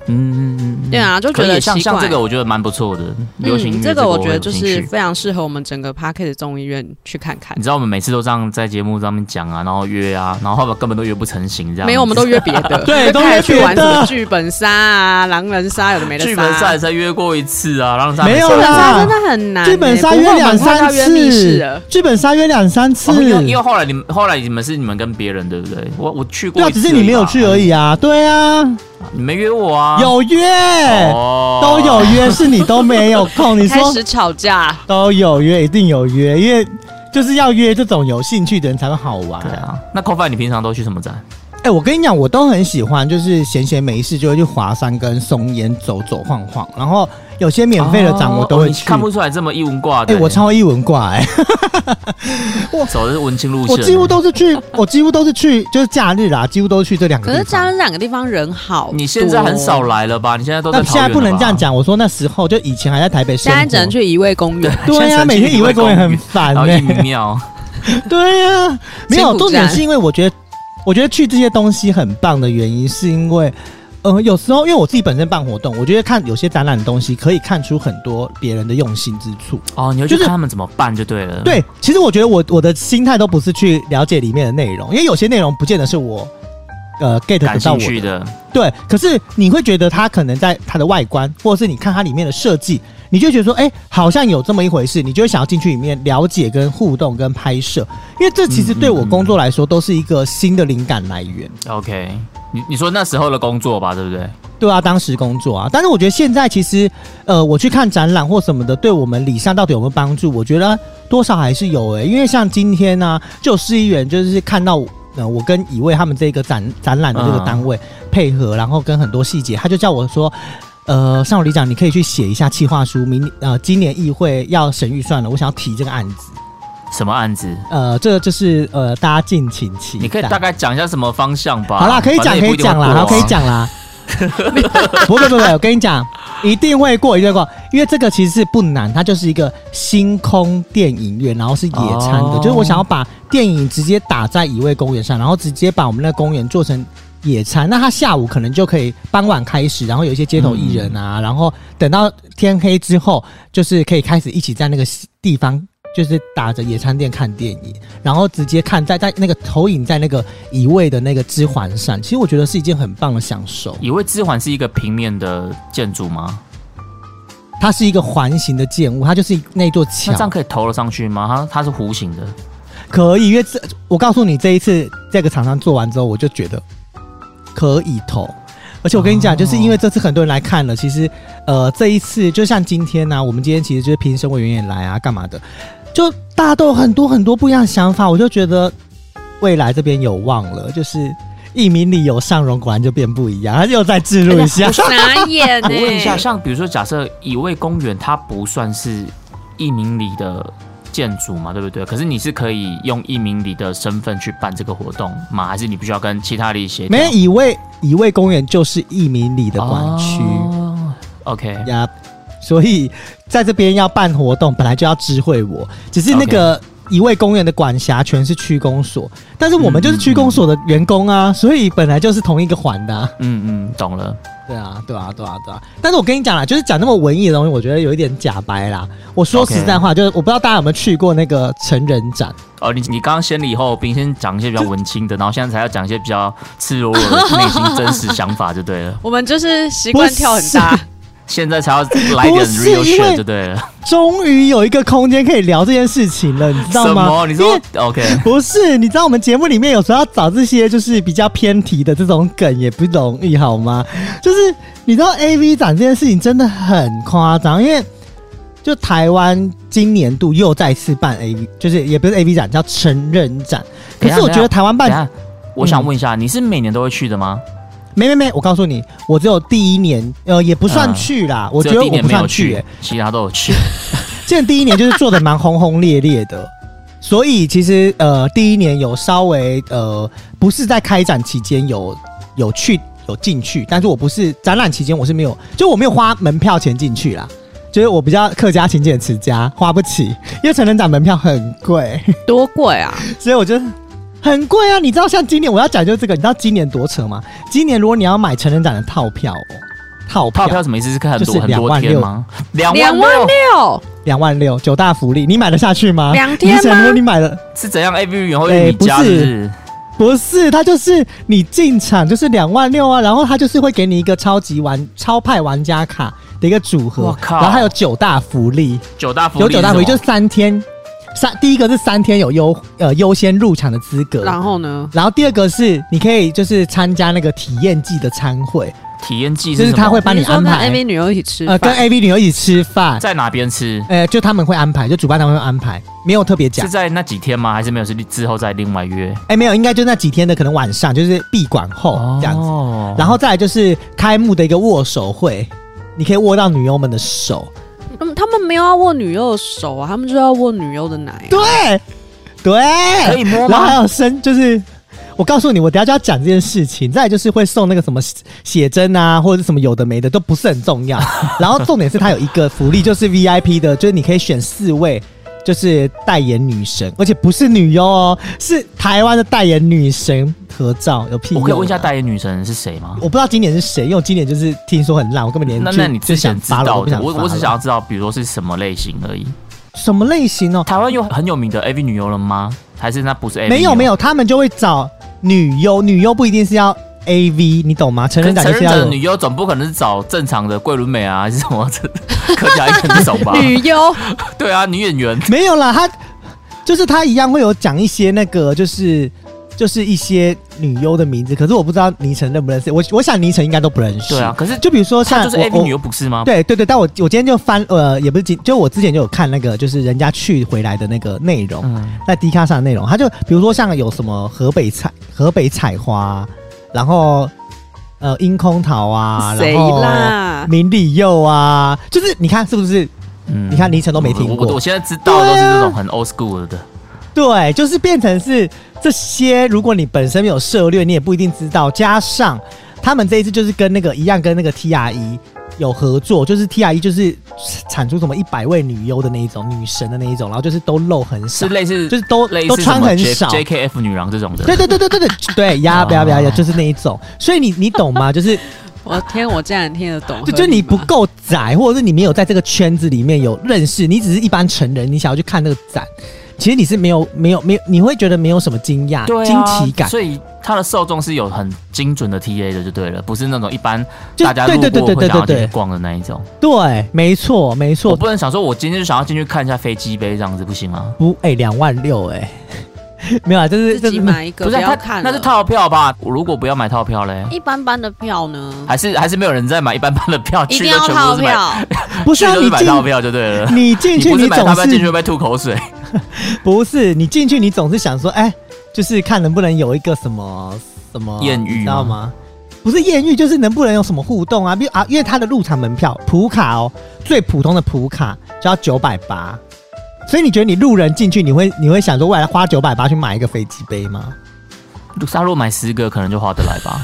Speaker 2: 嗯嗯嗯，
Speaker 1: 对啊就觉得
Speaker 2: 可以像
Speaker 1: 奇怪嗯
Speaker 2: 像这个，我觉得蛮不错的，流行音乐
Speaker 1: 这
Speaker 2: 个
Speaker 1: 我
Speaker 2: 会
Speaker 1: 觉得
Speaker 2: 有
Speaker 1: 就
Speaker 2: 兴
Speaker 1: 是
Speaker 2: 趣嗯
Speaker 1: 非常适合我们整个 p a r k e t 众议院去看看
Speaker 2: 你。知道我们每次都这样在节目上面讲啊，然后约啊，然后后来根本都约不成型，这样
Speaker 1: 没有，我们都约别 的，
Speaker 3: 对
Speaker 1: 就
Speaker 3: 都约
Speaker 1: 开始去玩
Speaker 3: 别
Speaker 1: 什
Speaker 3: 的
Speaker 1: 么剧本杀啊、狼人杀，有的没的
Speaker 2: 剧本
Speaker 1: 杀
Speaker 2: 杀也才约过一次啊，然后他
Speaker 3: 没有
Speaker 1: 剧本
Speaker 3: 啦
Speaker 1: 杀真的很难欸、
Speaker 3: 剧本杀约两三次
Speaker 1: 了。，
Speaker 3: 剧本杀约两三次
Speaker 2: 哦，因为因为后来你们后来你们是你们跟别人对不对？我我去过一
Speaker 3: 对啊，
Speaker 2: 次，
Speaker 3: 只是你没有去而
Speaker 2: 已
Speaker 3: 已啊，对啊，
Speaker 2: 吧，你没约我啊，
Speaker 3: 有约，
Speaker 2: 哦
Speaker 3: 都有约，是你都没 有空，你
Speaker 1: 开
Speaker 3: 说
Speaker 1: 始吵架，
Speaker 3: 都有约，一定有约，因为就是要约这种有兴趣的人才会好玩
Speaker 2: 对。啊。那 c o f i 你平常都去什么展？
Speaker 3: 哎、我跟你讲，我都很喜欢，就是闲闲没事就会去华山跟松烟走走晃晃，然后有些免费的展我
Speaker 2: 哦
Speaker 3: 都会
Speaker 2: 你
Speaker 3: 去。
Speaker 2: 看不出来这么一文挂
Speaker 3: 哎、
Speaker 2: 的、
Speaker 3: 我超一文挂哎、
Speaker 2: 走的是文青路线，
Speaker 3: 我几乎都是去，我几乎都是去，就是假日啦，几乎都去这两个
Speaker 1: 可
Speaker 3: 地
Speaker 1: 是
Speaker 3: 方。
Speaker 1: 家这两个地方人好，
Speaker 2: 你现在很少。来了吧？你现在都在
Speaker 3: 那
Speaker 2: 桃
Speaker 3: 现在
Speaker 2: 园
Speaker 3: 不
Speaker 2: 了
Speaker 3: 能
Speaker 2: 吧
Speaker 3: 这样，讲，我说那时候就以前还在台北
Speaker 1: 现
Speaker 3: 生活，
Speaker 1: 在只能。去一位公园，
Speaker 3: 对 呀、
Speaker 2: 现在只能
Speaker 3: 每
Speaker 2: 去
Speaker 3: 天以为公园很烦
Speaker 2: 然后
Speaker 3: 哎、
Speaker 2: 哦一 秒。
Speaker 3: 对呀、没
Speaker 1: 辛
Speaker 3: 有
Speaker 1: 苦
Speaker 3: 重点
Speaker 1: 站
Speaker 3: 是因为我觉得，我觉得去这些东西很棒的原因，是因为，呃，有时候因为我自己本身办活动，我觉得看有些展览的东西可以看出很多别人的用心之处。
Speaker 1: 嗯
Speaker 2: 哦，你要去
Speaker 3: 就是
Speaker 2: 看他们怎么办就对了。，
Speaker 3: 对，其实我觉得我我的心态都不是去了解里面的内容，因为有些内容不见得是我。呃，get
Speaker 2: 感
Speaker 3: 得
Speaker 2: 兴
Speaker 3: 到我
Speaker 2: 趣的，
Speaker 3: 对，可是你会觉得它可能在它的外观，或者是你看它里面的设计，你就会觉得说，哎、好像有这么一回事，你就会想要进去里面了解、跟互动、跟拍摄，因为这其实对我工作来说都是一个新的灵感来源，
Speaker 2: OK，你你说那时候的工作吧，对不对？
Speaker 3: 对啊，当时工作啊，但是我觉得现在其实，呃，我去看展览或什么的，对我们理上到底有没有帮助，我觉得多少还是有诶、因为像今天呢、啊就有市议员就是看到。呃，我跟乙卫他们这个展展览的这个
Speaker 2: 嗯
Speaker 3: 单位配合，然后跟很多细节，他就叫我说，呃，上午里长，你可以去写一下企划书，明呃今年议会要审预算了，我想要提这个案子，
Speaker 2: 什么案子？
Speaker 3: 呃，这个就是呃大家敬请期待。
Speaker 2: 你可以大概讲一下什么方向吧。
Speaker 3: 好啦，可以
Speaker 2: 反
Speaker 3: 讲，
Speaker 2: 正
Speaker 3: 可
Speaker 2: 也不
Speaker 3: 以
Speaker 2: 一定会
Speaker 3: 讲啦，
Speaker 2: 过啊
Speaker 3: 好，可以。讲啦。不不不不，我跟你讲，一定会过，一定会过，因为这个其实是不难，它就是一个星空电影院，然后是野餐的，
Speaker 2: 哦
Speaker 3: 就是我想要把电影直接打在一位公园上，然后直接把我们那公园做成野餐。那它下午可能就可以傍晚开始，然后有一些街头艺人啊，然后等到天黑之后，就是可以开始一起在那个地方。就是打着野餐垫看电影，然后直接看在在那个投影在那个移位的那个之环上，其实我觉得是一件很棒的享受。
Speaker 2: 以为之环是一个平面的建筑吗？
Speaker 3: 它是一个环形的建物，它就是那座桥
Speaker 2: 那这。样可以投了上去吗？它它是弧形的，
Speaker 3: 可以，因为这我告诉你，这一次这个厂商做完之后，我就觉得可以投。而且我跟你讲，
Speaker 2: 哦
Speaker 3: 就是因为这次很多人来看了，其实呃，这一次就像今天呢、我们今天其实就是评审委员也来啊，干嘛的，就大家都有很多很多不一样的想法，我就觉得未来这边有望了，就是。一鸣里有上荣，果然就变不一样。他又再置入一
Speaker 1: 哦
Speaker 3: 下，
Speaker 1: 傻眼欸呢、
Speaker 2: 我问一下，像比如说，假设乙未公园它不算是一名里的建筑嘛，对不对？可是你是可以用一名里的身份去办这个活动吗？还是你必须要跟其他的一些
Speaker 3: 没人以为以为公园就是一鸣里的管区
Speaker 2: 哦 OK，
Speaker 3: 呀所以在这边要办活动，本来就要知会我，只是那个一位公园的管辖权是区公所，但是我们就是区公所的员工啊，所以本来就是同一个环的、啊。
Speaker 2: 嗯嗯，懂了。
Speaker 3: 对啊，对啊，对啊，对啊。但是我跟你讲啦，就是讲那么文艺的东西，我觉得有一点假白啦。我说
Speaker 2: OK
Speaker 3: 实在话就是我不知道大家有没有去过那个成人展。
Speaker 2: 哦，你你刚刚先礼后兵，先讲一些比较文青的，然后现在才要讲一些比较赤裸裸的内心真实想法就对了。
Speaker 1: 我们就是习惯跳很大，
Speaker 2: 现在才要来一点
Speaker 3: 不是
Speaker 2: real
Speaker 3: 因为
Speaker 2: shit 就对了。
Speaker 3: 终于有一个空间可以聊这件事情了，你知道
Speaker 2: 什
Speaker 3: 吗？
Speaker 2: 么？你
Speaker 3: 因
Speaker 2: 说
Speaker 3: 为
Speaker 2: OK？
Speaker 3: 不是，你知道我们节目里面有时候要找这些就是比较偏题的这种梗也不容易，好吗？就是你知道 A V 展这件事情真的很夸张，因为就台湾今年度又再次办 A V，就是也不是 A V 展，叫成人展。可
Speaker 2: 等一下
Speaker 3: 是我觉得台湾
Speaker 2: 等一
Speaker 3: 办
Speaker 2: 下，我想问一下，你是每年都会去的吗？
Speaker 3: 没没没，我告诉你，我只有第一年，呃，也不算
Speaker 2: 嗯
Speaker 3: 去啦，我
Speaker 2: 只
Speaker 3: 觉
Speaker 2: 有
Speaker 3: 得
Speaker 2: 第一
Speaker 3: 我
Speaker 2: 年
Speaker 3: 不
Speaker 2: 没有
Speaker 3: 算去、欸，
Speaker 2: 其他都有 去。
Speaker 3: 这第一年就是做的蛮轰轰烈烈的， 所以其实呃第一年有稍微呃不是在开展期间有有去有进去，但是我不是展览期间我是没有，就我没有花门票钱进去啦。就是我比较客家勤俭持家，花不起，因为成人展门票很贵，
Speaker 1: 多贵啊！
Speaker 3: 所以我就很贵啊。你知道像今年我要讲就是这个，你知道今年多扯吗？今年如果你要买成人展的套票哦，套
Speaker 2: 套票什么意思？是看很
Speaker 3: 就
Speaker 2: 多
Speaker 3: 是
Speaker 2: 很多天
Speaker 3: 26,000
Speaker 2: 吗？两
Speaker 1: 两
Speaker 2: 万
Speaker 1: 万
Speaker 2: 六
Speaker 1: 六，
Speaker 3: 两万六九大福利，你买得下去吗？
Speaker 1: 两
Speaker 3: 你
Speaker 1: 天
Speaker 3: 想
Speaker 1: 吗
Speaker 3: 说你买了？
Speaker 2: 是怎样？A B 然后
Speaker 3: 哎
Speaker 2: 玉米加
Speaker 3: 不是
Speaker 2: 是不是？
Speaker 3: 不是，它就是你进场就是两万六啊，然后它就是会给你一个超级玩超派玩家卡的一个组合，
Speaker 2: 我靠
Speaker 3: 然后还有九大福利，
Speaker 2: 九大福利
Speaker 3: 有九大福利
Speaker 2: 是
Speaker 3: 就
Speaker 2: 什
Speaker 3: 是三天，三第一个是三天有优呃优先入场的资格，
Speaker 1: 然后呢？
Speaker 3: 然后第二个是你可以就是参加那个体验季的餐会，
Speaker 2: 么体验季
Speaker 3: 就是是
Speaker 2: 什么
Speaker 3: 他会帮
Speaker 1: 你
Speaker 3: 你
Speaker 1: 说
Speaker 3: 安
Speaker 1: 跟
Speaker 3: 排
Speaker 1: AV 女优一起吃
Speaker 3: 呃跟
Speaker 1: 饭
Speaker 3: AV 女友一起吃饭，
Speaker 2: 在哪边吃？
Speaker 3: 呃就他们会安排，就主办单位会安排，没有特别讲
Speaker 2: 是。在那几天吗？还是没有？是之后再另外约？
Speaker 3: 哎、没有，应该就那几天的，可能晚上就是闭馆后这样子。
Speaker 2: 哦
Speaker 3: 然后再来就是开幕的一个握手会，你可以握到女优们的手。
Speaker 1: 嗯他们没有要握女优的手啊，他们就要握女优的奶啊、
Speaker 3: 对，对，
Speaker 2: 可以摸
Speaker 3: 然后还
Speaker 2: 吗？
Speaker 3: 有生，就是我告诉你，我等一下就要讲这件事情。再来就是会送那个什么写真啊，或者是什么有的没的，都不是很 重要。然后重点是它有一个福利，就是 VIP 的，就是你可以选四位。就是代言女神，而且不是女优哦，是台湾的代言女神合照，有屁
Speaker 2: 我
Speaker 3: 用啊、
Speaker 2: 可以问一下代言女神是谁吗？
Speaker 3: 我不知道今年是谁，因为我今年就是听说很烂，我根本连
Speaker 2: 那
Speaker 3: 去
Speaker 2: 那你
Speaker 3: 就
Speaker 2: 之
Speaker 3: 想
Speaker 2: 前知
Speaker 3: 发了，
Speaker 2: 道
Speaker 3: 我不
Speaker 2: 的，
Speaker 3: 想
Speaker 2: 我
Speaker 3: 发
Speaker 2: 我只
Speaker 3: 了
Speaker 2: 想要知道，比如说是什么类型而已。
Speaker 3: 什么类型哦？
Speaker 2: 台湾有很有名的 AV 女优了吗？还是那不是 AV？
Speaker 3: 没有
Speaker 2: 女
Speaker 3: 没
Speaker 2: 优，
Speaker 3: 有，他们就会找女优，女优不一定是要 A V，你懂吗？成
Speaker 2: 可
Speaker 3: 人
Speaker 2: 是
Speaker 3: 展
Speaker 2: 成
Speaker 3: 就
Speaker 2: 人
Speaker 3: 是要
Speaker 2: 展的
Speaker 3: 有
Speaker 2: 女优总不可能是找正常的桂纶镁啊，还是什么这 客家艺人这 种吧？
Speaker 1: 女优，
Speaker 2: 对啊，女演员。
Speaker 3: 没有啦，他就是他一样会有讲一些那个就是。就是一些女优的名字，可是我不知道倪晨认不认识。我我想倪晨应该都不认识。
Speaker 2: 对啊，，可是
Speaker 3: 就比如说哦像
Speaker 2: 她就是
Speaker 3: 我
Speaker 2: AV
Speaker 3: 我
Speaker 2: 女优不是吗？
Speaker 3: 对啊对对，但我我今天就翻呃，也不是今，就我之前就有看那个，就是人家去回来的那个内容，
Speaker 2: 嗯，
Speaker 3: 在 D 卡上的内容，它就比如说像有什么河北采河北采花，然后呃樱空桃啊，
Speaker 1: 谁
Speaker 3: 然后
Speaker 1: 啦？
Speaker 3: 明里柚啊，就是你看是不是？
Speaker 2: 嗯
Speaker 3: 你看凌晨都没听过
Speaker 2: 我我我现在知道
Speaker 3: 对啊
Speaker 2: 都是这种很 old school 的。
Speaker 3: 对，啊就是变成是这些。如果你本身没有涉略，你也不一定知道。加上他们这一次就是跟那个一样，跟那个 T R E 有合作，就是 T R E 就是产出什么一百位女优的那一种，女神的那一种，然后就是都露很
Speaker 2: 是，
Speaker 3: 少
Speaker 2: 类似
Speaker 3: 就是都
Speaker 2: 类似
Speaker 3: 都穿很
Speaker 2: 什
Speaker 3: 少
Speaker 2: 么。J K F 女郎这种的。
Speaker 3: 对对对对对对对，呀不要不要
Speaker 2: 哦
Speaker 3: 呀，就是那一种。所以你你懂 吗？就是
Speaker 1: 我的天，我竟然听得懂，
Speaker 3: 就
Speaker 1: 合
Speaker 3: 就
Speaker 1: 理
Speaker 3: 你不
Speaker 1: 吗
Speaker 3: 够宅，或者是你没有在这个圈子里面有认识，你只是一般成人，你想要去看那个展，其实你是没有没有没有，你会觉得没有什么惊讶、
Speaker 2: 对
Speaker 3: 惊
Speaker 2: 啊
Speaker 3: 奇感，
Speaker 2: 所以他的受众是有很精准的 TA 的，就对了，不是那种一般
Speaker 3: 就
Speaker 2: 大家
Speaker 3: 对
Speaker 2: 路
Speaker 3: 对对
Speaker 2: 过
Speaker 3: 对
Speaker 2: 会
Speaker 3: 对
Speaker 2: 想要
Speaker 3: 对
Speaker 2: 去
Speaker 3: 对
Speaker 2: 逛的那一种。
Speaker 3: 对，没错没
Speaker 2: 我
Speaker 3: 错，
Speaker 2: 不能想说，我今天就想要进去看一下飞机杯这样子，不行吗？
Speaker 3: 不哎两万六哎， 没有啊，就是
Speaker 1: 自己买一个，
Speaker 2: 不是
Speaker 1: 要
Speaker 2: 啊，
Speaker 1: 看
Speaker 2: 他
Speaker 1: 了
Speaker 2: 那是套票吧？我如果不要买套票嘞，
Speaker 1: 一般般的票呢，
Speaker 2: 还是还是没有人在买一般般的票，
Speaker 1: 一
Speaker 2: 去
Speaker 1: 定
Speaker 2: 的
Speaker 1: 要
Speaker 2: 全
Speaker 1: 套
Speaker 2: 部是买，
Speaker 1: 票，
Speaker 3: 不是
Speaker 2: 去
Speaker 3: 啊
Speaker 2: 都
Speaker 3: 你
Speaker 2: 是买套
Speaker 3: 进
Speaker 2: 票就对了。
Speaker 3: 你进去
Speaker 2: 不是买
Speaker 3: 总
Speaker 2: 套票进去
Speaker 3: 是
Speaker 2: 会被吐口水，
Speaker 3: 不是你进去你总是想说哎，就是看能不能有一个什么什么
Speaker 2: 艳遇
Speaker 3: 你知道
Speaker 2: 吗
Speaker 3: 吗？不是艳遇，就是能不能有什么互动啊？比如啊，因为它的入场门票普卡哦，最普通的普卡就要九百八，所以你觉得你路人进去，你会你会想说，未来花九百八去买一个飞机杯吗？
Speaker 2: 沙洛买十个可能就划得来吧。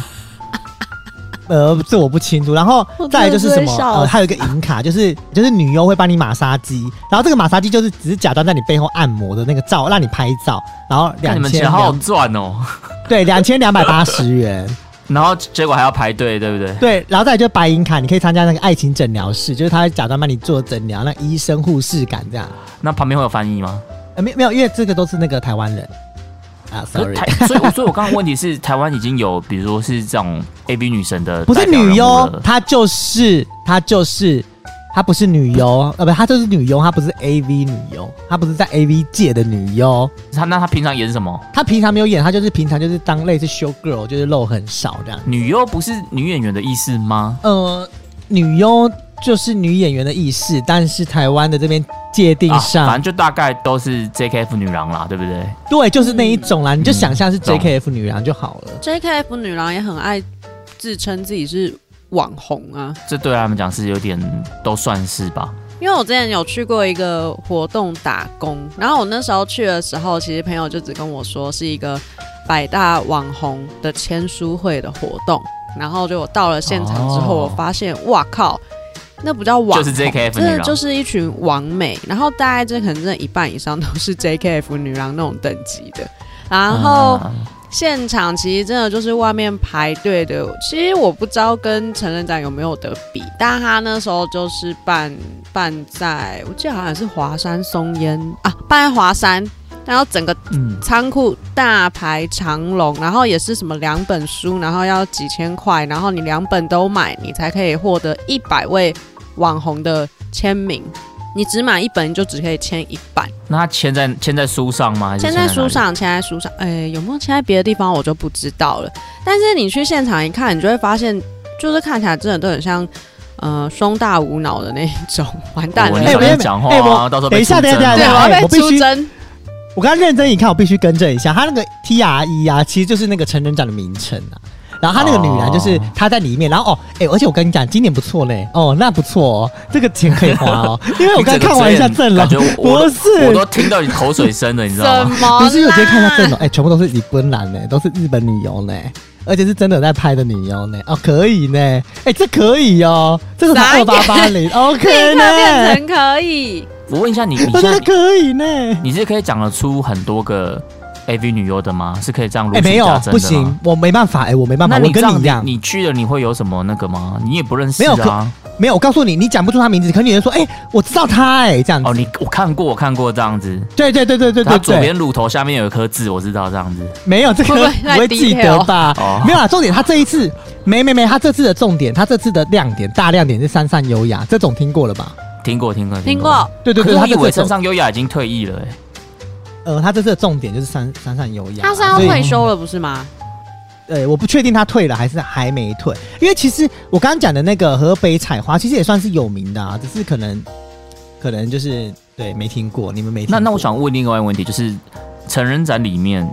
Speaker 3: 呃，这我不清楚。然后
Speaker 1: 我真的
Speaker 3: 再来就是什
Speaker 1: 是
Speaker 3: 么
Speaker 1: 会笑
Speaker 3: 呃，还有一个银卡，就是就是女优会帮你马杀鸡，然后这个马杀鸡就是只是假装在你背后按摩的那个照，让你拍照，然后
Speaker 2: 看你
Speaker 3: 两
Speaker 2: 们
Speaker 3: 千
Speaker 2: 钱好好赚哦，
Speaker 3: 对两千两百八十元。
Speaker 2: 然后结果还要排队，对不对？
Speaker 3: 对，然后再来就是白银卡，你可以参加那个爱情诊疗室，就是他会假装帮你做诊疗，那医生护士感这样。
Speaker 2: 那旁边会有翻译吗？
Speaker 3: 呃，没没有，因为这个都是那个台湾人啊
Speaker 2: 可是
Speaker 3: ，sorry，
Speaker 2: 台，所以我所以我刚刚问题是，台湾已经有，比如说是这种 A B 女神的，
Speaker 3: 不是女优，她就是她就是她不是女优，呃，不，她就是女优，她不是 A V 女优，她不是在 A V 界的女优，
Speaker 2: 她那她平常演什么？
Speaker 3: 她平常没有演，她就是平常就是当类似 show girl，就是露很少这样。
Speaker 2: 女优不是女演员的意思吗？
Speaker 3: 呃，女优就是女演员的意识，但是台湾的这边界定上，
Speaker 2: 啊反正就大概都是 J K F 女郎啦，对不对？
Speaker 3: 对，就是那一种啦，你就想象是
Speaker 2: 嗯懂
Speaker 3: JKF 女郎就好了。
Speaker 1: JKF 女郎也很爱自称自己是网红啊，
Speaker 2: 这对他们讲是有点都算是吧。
Speaker 1: 因为我之前有去过一个活动打工，然后我那时候去的时候，其实朋友就只跟我说是一个百大网红的签书会的活动，然后就我到了现场之后，
Speaker 2: 哦
Speaker 1: 我发现哇靠，那不叫网红，
Speaker 2: 就是 JKF
Speaker 1: 真
Speaker 2: 女
Speaker 1: 的
Speaker 2: 郎
Speaker 1: 就是一群网美，然后大概这可能真的一半以上都是 JKF 女郎那种等级的，然后。
Speaker 2: 嗯
Speaker 1: 现场其实真的就是外面排队的，其实我不知道跟成人展有没有得比，但他那时候就是办办在，我记得好像是华山松烟啊，办在华山，然后整个
Speaker 2: 嗯，
Speaker 1: 仓库大排长龙，然后也是什么两本书，然后要几千块，然后你两本都买，你才可以获得一百位网红的签名。你只买一本，你就只可以签一版。
Speaker 2: 那他签在签在书上吗？还是
Speaker 1: 签
Speaker 2: 哪
Speaker 1: 在
Speaker 2: 里哦
Speaker 1: 书？上，签在书上，哎、有没有签在别的地方我就不知道了。但是你去现场一看，你就会发现，就是看起来真的都很像，呃，胸大无脑的那一种，完蛋
Speaker 2: 我
Speaker 1: 了。哎
Speaker 2: 很
Speaker 3: 哎
Speaker 2: 少
Speaker 3: 别
Speaker 2: 人讲话
Speaker 3: 哎
Speaker 2: 啊，
Speaker 3: 我
Speaker 2: 到时候
Speaker 3: 等
Speaker 2: 被
Speaker 3: 一下
Speaker 2: 出
Speaker 3: 等一下
Speaker 2: 征
Speaker 3: 等一
Speaker 1: 对，
Speaker 3: 下
Speaker 1: 我要被
Speaker 3: 我必须
Speaker 1: 出征。
Speaker 3: 我刚刚认真一看，我必须更正一下，他那个 T R E 啊，其实就是那个成人展的名称啊。然后他那个女篮就是
Speaker 2: 哦
Speaker 3: 她在里面，然后哦，哎、而且我跟你讲，今年不错嘞，哦，那不错哦，这个钱可以花 哦，因为我刚
Speaker 2: 你整个
Speaker 3: 看完一下
Speaker 2: 嘴
Speaker 3: 阵容
Speaker 2: 感，觉我我
Speaker 3: 不
Speaker 2: 都我
Speaker 3: 是
Speaker 2: 都，听到你口水声了，你知道
Speaker 1: 怎
Speaker 2: 吗？
Speaker 1: 么？
Speaker 3: 不是，我直接看一下阵容，哎、全部都是日本男呢，都是日本女优呢，而且是真的有在拍的女优呢，哦，可以呢，哎、这可以哦，这是
Speaker 1: 傻
Speaker 3: 二
Speaker 1: 眼
Speaker 3: 八 八零，OK
Speaker 1: 立刻变
Speaker 3: 呢，
Speaker 1: 成可以。
Speaker 2: 我问一下你，你
Speaker 3: 我
Speaker 2: 现
Speaker 3: 觉得
Speaker 2: 在
Speaker 3: 可以呢。
Speaker 2: 你是可以讲得出很多个 AV 女优的吗？是可以这样如
Speaker 3: 哎、
Speaker 2: 数
Speaker 3: 没有
Speaker 2: 家，珍的吗
Speaker 3: 不行，。我没办法，哎、我没办法，
Speaker 2: 那
Speaker 3: 我
Speaker 2: 你
Speaker 3: 跟
Speaker 2: 这样
Speaker 3: 你一样，
Speaker 2: 你去了你会有什么那个吗？你也不认识
Speaker 3: 没有
Speaker 2: 啊？
Speaker 3: 没有，我告诉你，你讲不出他名字，可女人说，哎、我知道他、哎，这样子。
Speaker 2: 哦，你我看过，我看过这样子，
Speaker 3: 对对对对对
Speaker 2: 它
Speaker 3: 对
Speaker 2: 左
Speaker 3: 对，
Speaker 2: 边乳头下面有一颗痣，我知道这样子。
Speaker 3: 没有这个
Speaker 1: 会不会太
Speaker 3: 会记得吧？
Speaker 2: 哦
Speaker 3: 没有啦，重点他这一次没没没，他这次的重点，他这次的亮点大亮点是山上优雅，这种听过了吧？
Speaker 2: 听过，听过，
Speaker 1: 听过。
Speaker 3: 对对
Speaker 2: 可
Speaker 3: 对，
Speaker 2: 是我
Speaker 3: 他这
Speaker 2: 以
Speaker 3: 次
Speaker 2: 为
Speaker 3: 的
Speaker 2: 身
Speaker 3: 重
Speaker 2: 上优雅已经退役了、欸，
Speaker 3: 呃，他这次的重点就是山山上优雅，
Speaker 1: 他是要
Speaker 3: 所以
Speaker 1: 退休了，不是吗？
Speaker 3: 对，呃我不确定他退了还是还没退，因为其实我刚刚讲的那个河北采花，其实也算是有名的啊，只是可能可能就是对没听过，你们没听过
Speaker 2: 那那我想问另外一个问题，就是成人展里面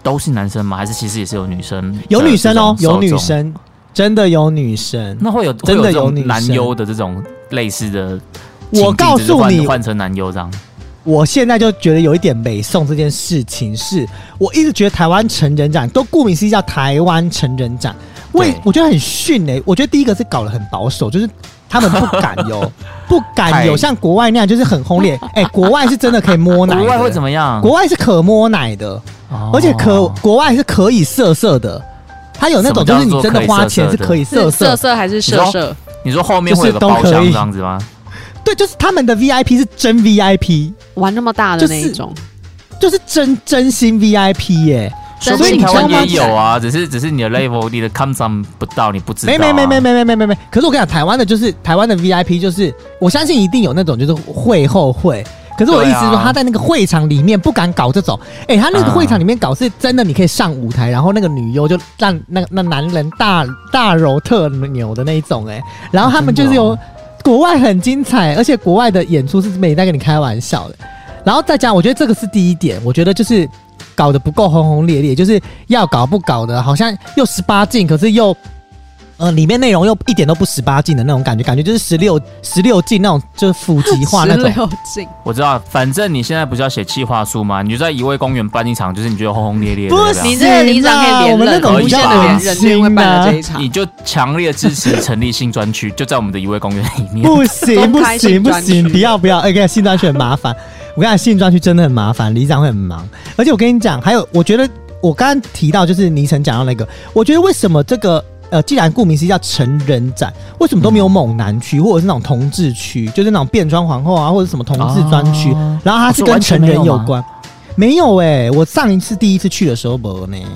Speaker 2: 都是男生吗？还是其实也是有女生？
Speaker 3: 有女生哦，
Speaker 2: 这种
Speaker 3: 有女
Speaker 2: 受众。
Speaker 3: 生，真的有女生。
Speaker 2: 那会有
Speaker 3: 真的
Speaker 2: 会这种
Speaker 3: 有女生
Speaker 2: 男优的这种类似的情境？
Speaker 3: 我告
Speaker 2: 只是
Speaker 3: 诉
Speaker 2: 换
Speaker 3: 你，
Speaker 2: 换成男优这样。
Speaker 3: 我现在就觉得有一点北宋这件事情是，我一直觉得台湾成人展都顾名思义叫台湾成人展，我也
Speaker 2: 对
Speaker 3: 我觉得很逊哎、我觉得第一个是搞得很保守，就是他们不敢有，不敢有
Speaker 2: 太
Speaker 3: 像国外那样就是很轰 烈。哎、国外是真的可以摸奶的，
Speaker 2: 国外会怎么样？
Speaker 3: 国外是可摸奶的，
Speaker 2: 哦
Speaker 3: 而且可国外是可以色色的，它有那种就是你真的花钱是可以色
Speaker 1: 是色
Speaker 3: 色。
Speaker 1: 色还是色色？
Speaker 2: 你说后面会有个包厢这样子吗？
Speaker 3: 对，就是他们的 VIP 是真 VIP，
Speaker 1: 玩那么大的那一种，
Speaker 3: 就是真真心 VIP 耶、
Speaker 1: 真
Speaker 3: 所
Speaker 2: 说
Speaker 3: 以
Speaker 2: 不定
Speaker 1: 心
Speaker 2: 台
Speaker 1: 交
Speaker 2: 湾
Speaker 1: 吗
Speaker 2: 也有啊，只是只是你的 level 你的 come some 不到，你不知道、
Speaker 3: 没
Speaker 2: 啊。
Speaker 3: 没没没没没没没没。可是我跟你讲，台湾的就是台湾的 VIP，就是我相信一定有那种就是会后会。可是我的意思是说，
Speaker 2: 对啊
Speaker 3: 他在那个会场里面不敢搞这种，哎、他那个
Speaker 2: 嗯
Speaker 3: 会场里面搞是真的，你可以上舞台，然后那个女优就让那那男人大大揉特扭的那一种、哎，然后他们就是有、
Speaker 2: 哦
Speaker 3: 国外很精彩，而且国外的演出是没在跟你开玩笑的。然后再讲，我觉得这个是第一点，我觉得就是搞得不够轰轰烈烈，就是要搞不搞的，好像又十八禁，可是又。呃，里面内容又一点都不十八禁的那种感觉，感觉就是十六十六禁那种，就是 普及化那
Speaker 1: 十
Speaker 3: 种。
Speaker 1: 六进，
Speaker 2: 我知道，反正你现在不是要写企划书吗？你就在一味公园办一场，就是你觉得轰轰烈烈的
Speaker 3: 不
Speaker 2: 这
Speaker 3: 是
Speaker 2: 样，
Speaker 1: 你这个里长可以
Speaker 3: 我
Speaker 1: 连
Speaker 3: 们那
Speaker 1: 任，
Speaker 3: 种
Speaker 1: 无限的连任，
Speaker 3: 比较
Speaker 1: 因为办了这一
Speaker 3: 年
Speaker 1: 场
Speaker 2: 你。就强烈支持成立新专区，就在我们的一味公园里面。
Speaker 3: 不行不
Speaker 1: 公开
Speaker 3: 行
Speaker 1: 性
Speaker 3: 不
Speaker 1: 专
Speaker 3: 行，
Speaker 1: 区
Speaker 3: 不要不要！哎，跟你讲性专区很麻烦，我跟你讲性专区真的很麻烦，里长会很忙。而且我跟你讲，还有我觉得我刚刚提到就是倪晨讲到那个，我觉得为什么这个呃，既然顾名思义叫成人展，为什么都没有猛男区或者是那种同志区，就是那种变装皇后啊或者什么同志专区，
Speaker 2: 哦
Speaker 3: 然后它是
Speaker 2: 哦所以
Speaker 3: 跟
Speaker 2: 完全
Speaker 3: 成人
Speaker 2: 没有
Speaker 3: 有
Speaker 2: 吗
Speaker 3: 关。没有哎、我上一次第一次去的时候没呢，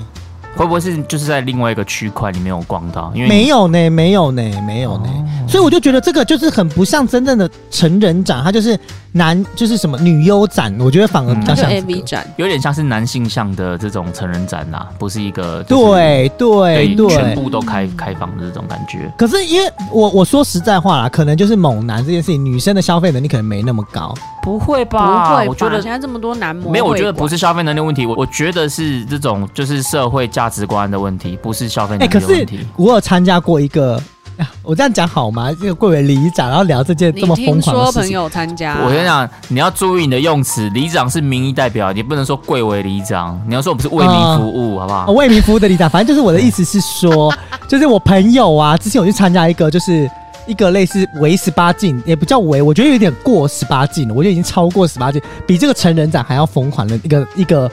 Speaker 2: 会不会是就是在另外一个区块里面有逛到？因为你哦
Speaker 3: 没有呢，没有呢，没有呢。所以我就觉得这个就是很不像真正的成人展，它就是男就是什么女优展，我觉得反而比较
Speaker 2: 嗯
Speaker 1: 就
Speaker 3: 像、这
Speaker 1: AV
Speaker 3: 个。
Speaker 1: 展，
Speaker 2: 有点像是男性向的这种成人展啦、不是一个就是
Speaker 3: 对对
Speaker 2: 全
Speaker 3: 对。
Speaker 2: 部都开开放的这种感觉。
Speaker 3: 可是因为我我说实在话啦，可能就是猛男这件事情，女生的消费能力可能没那么高。
Speaker 2: 不会吧？
Speaker 1: 不会吧？
Speaker 2: 我觉得
Speaker 1: 现在这么多男模会馆，
Speaker 2: 没有，我觉得不是消费能力问题，我我觉得是这种就是社会价值观的问题，不是消费
Speaker 3: 哎、
Speaker 2: 能力
Speaker 3: 可
Speaker 2: 的问
Speaker 3: 是
Speaker 2: 题。
Speaker 3: 我有参加过一个，啊我这样讲好吗？这个贵为里长，然后聊这件
Speaker 1: 你
Speaker 3: 这么疯
Speaker 1: 听
Speaker 3: 狂的
Speaker 1: 说
Speaker 3: 事
Speaker 1: 朋
Speaker 3: 情。
Speaker 1: 友参
Speaker 3: 哎
Speaker 1: 加，
Speaker 2: 我跟你讲，你要注意你的用词，里长是民意代表，你不能说贵为里长，你要说我们是为民服务，好不
Speaker 3: 哦
Speaker 2: 好？
Speaker 3: 为民服务的里长，反正就是我的意思是 说，就是我朋友啊，之前我去参加一个，就是一个类似为十八禁，也不叫为，我觉得有点过十八禁了，我觉得已经超过十八禁，比这个成人展还要疯狂的一个一个。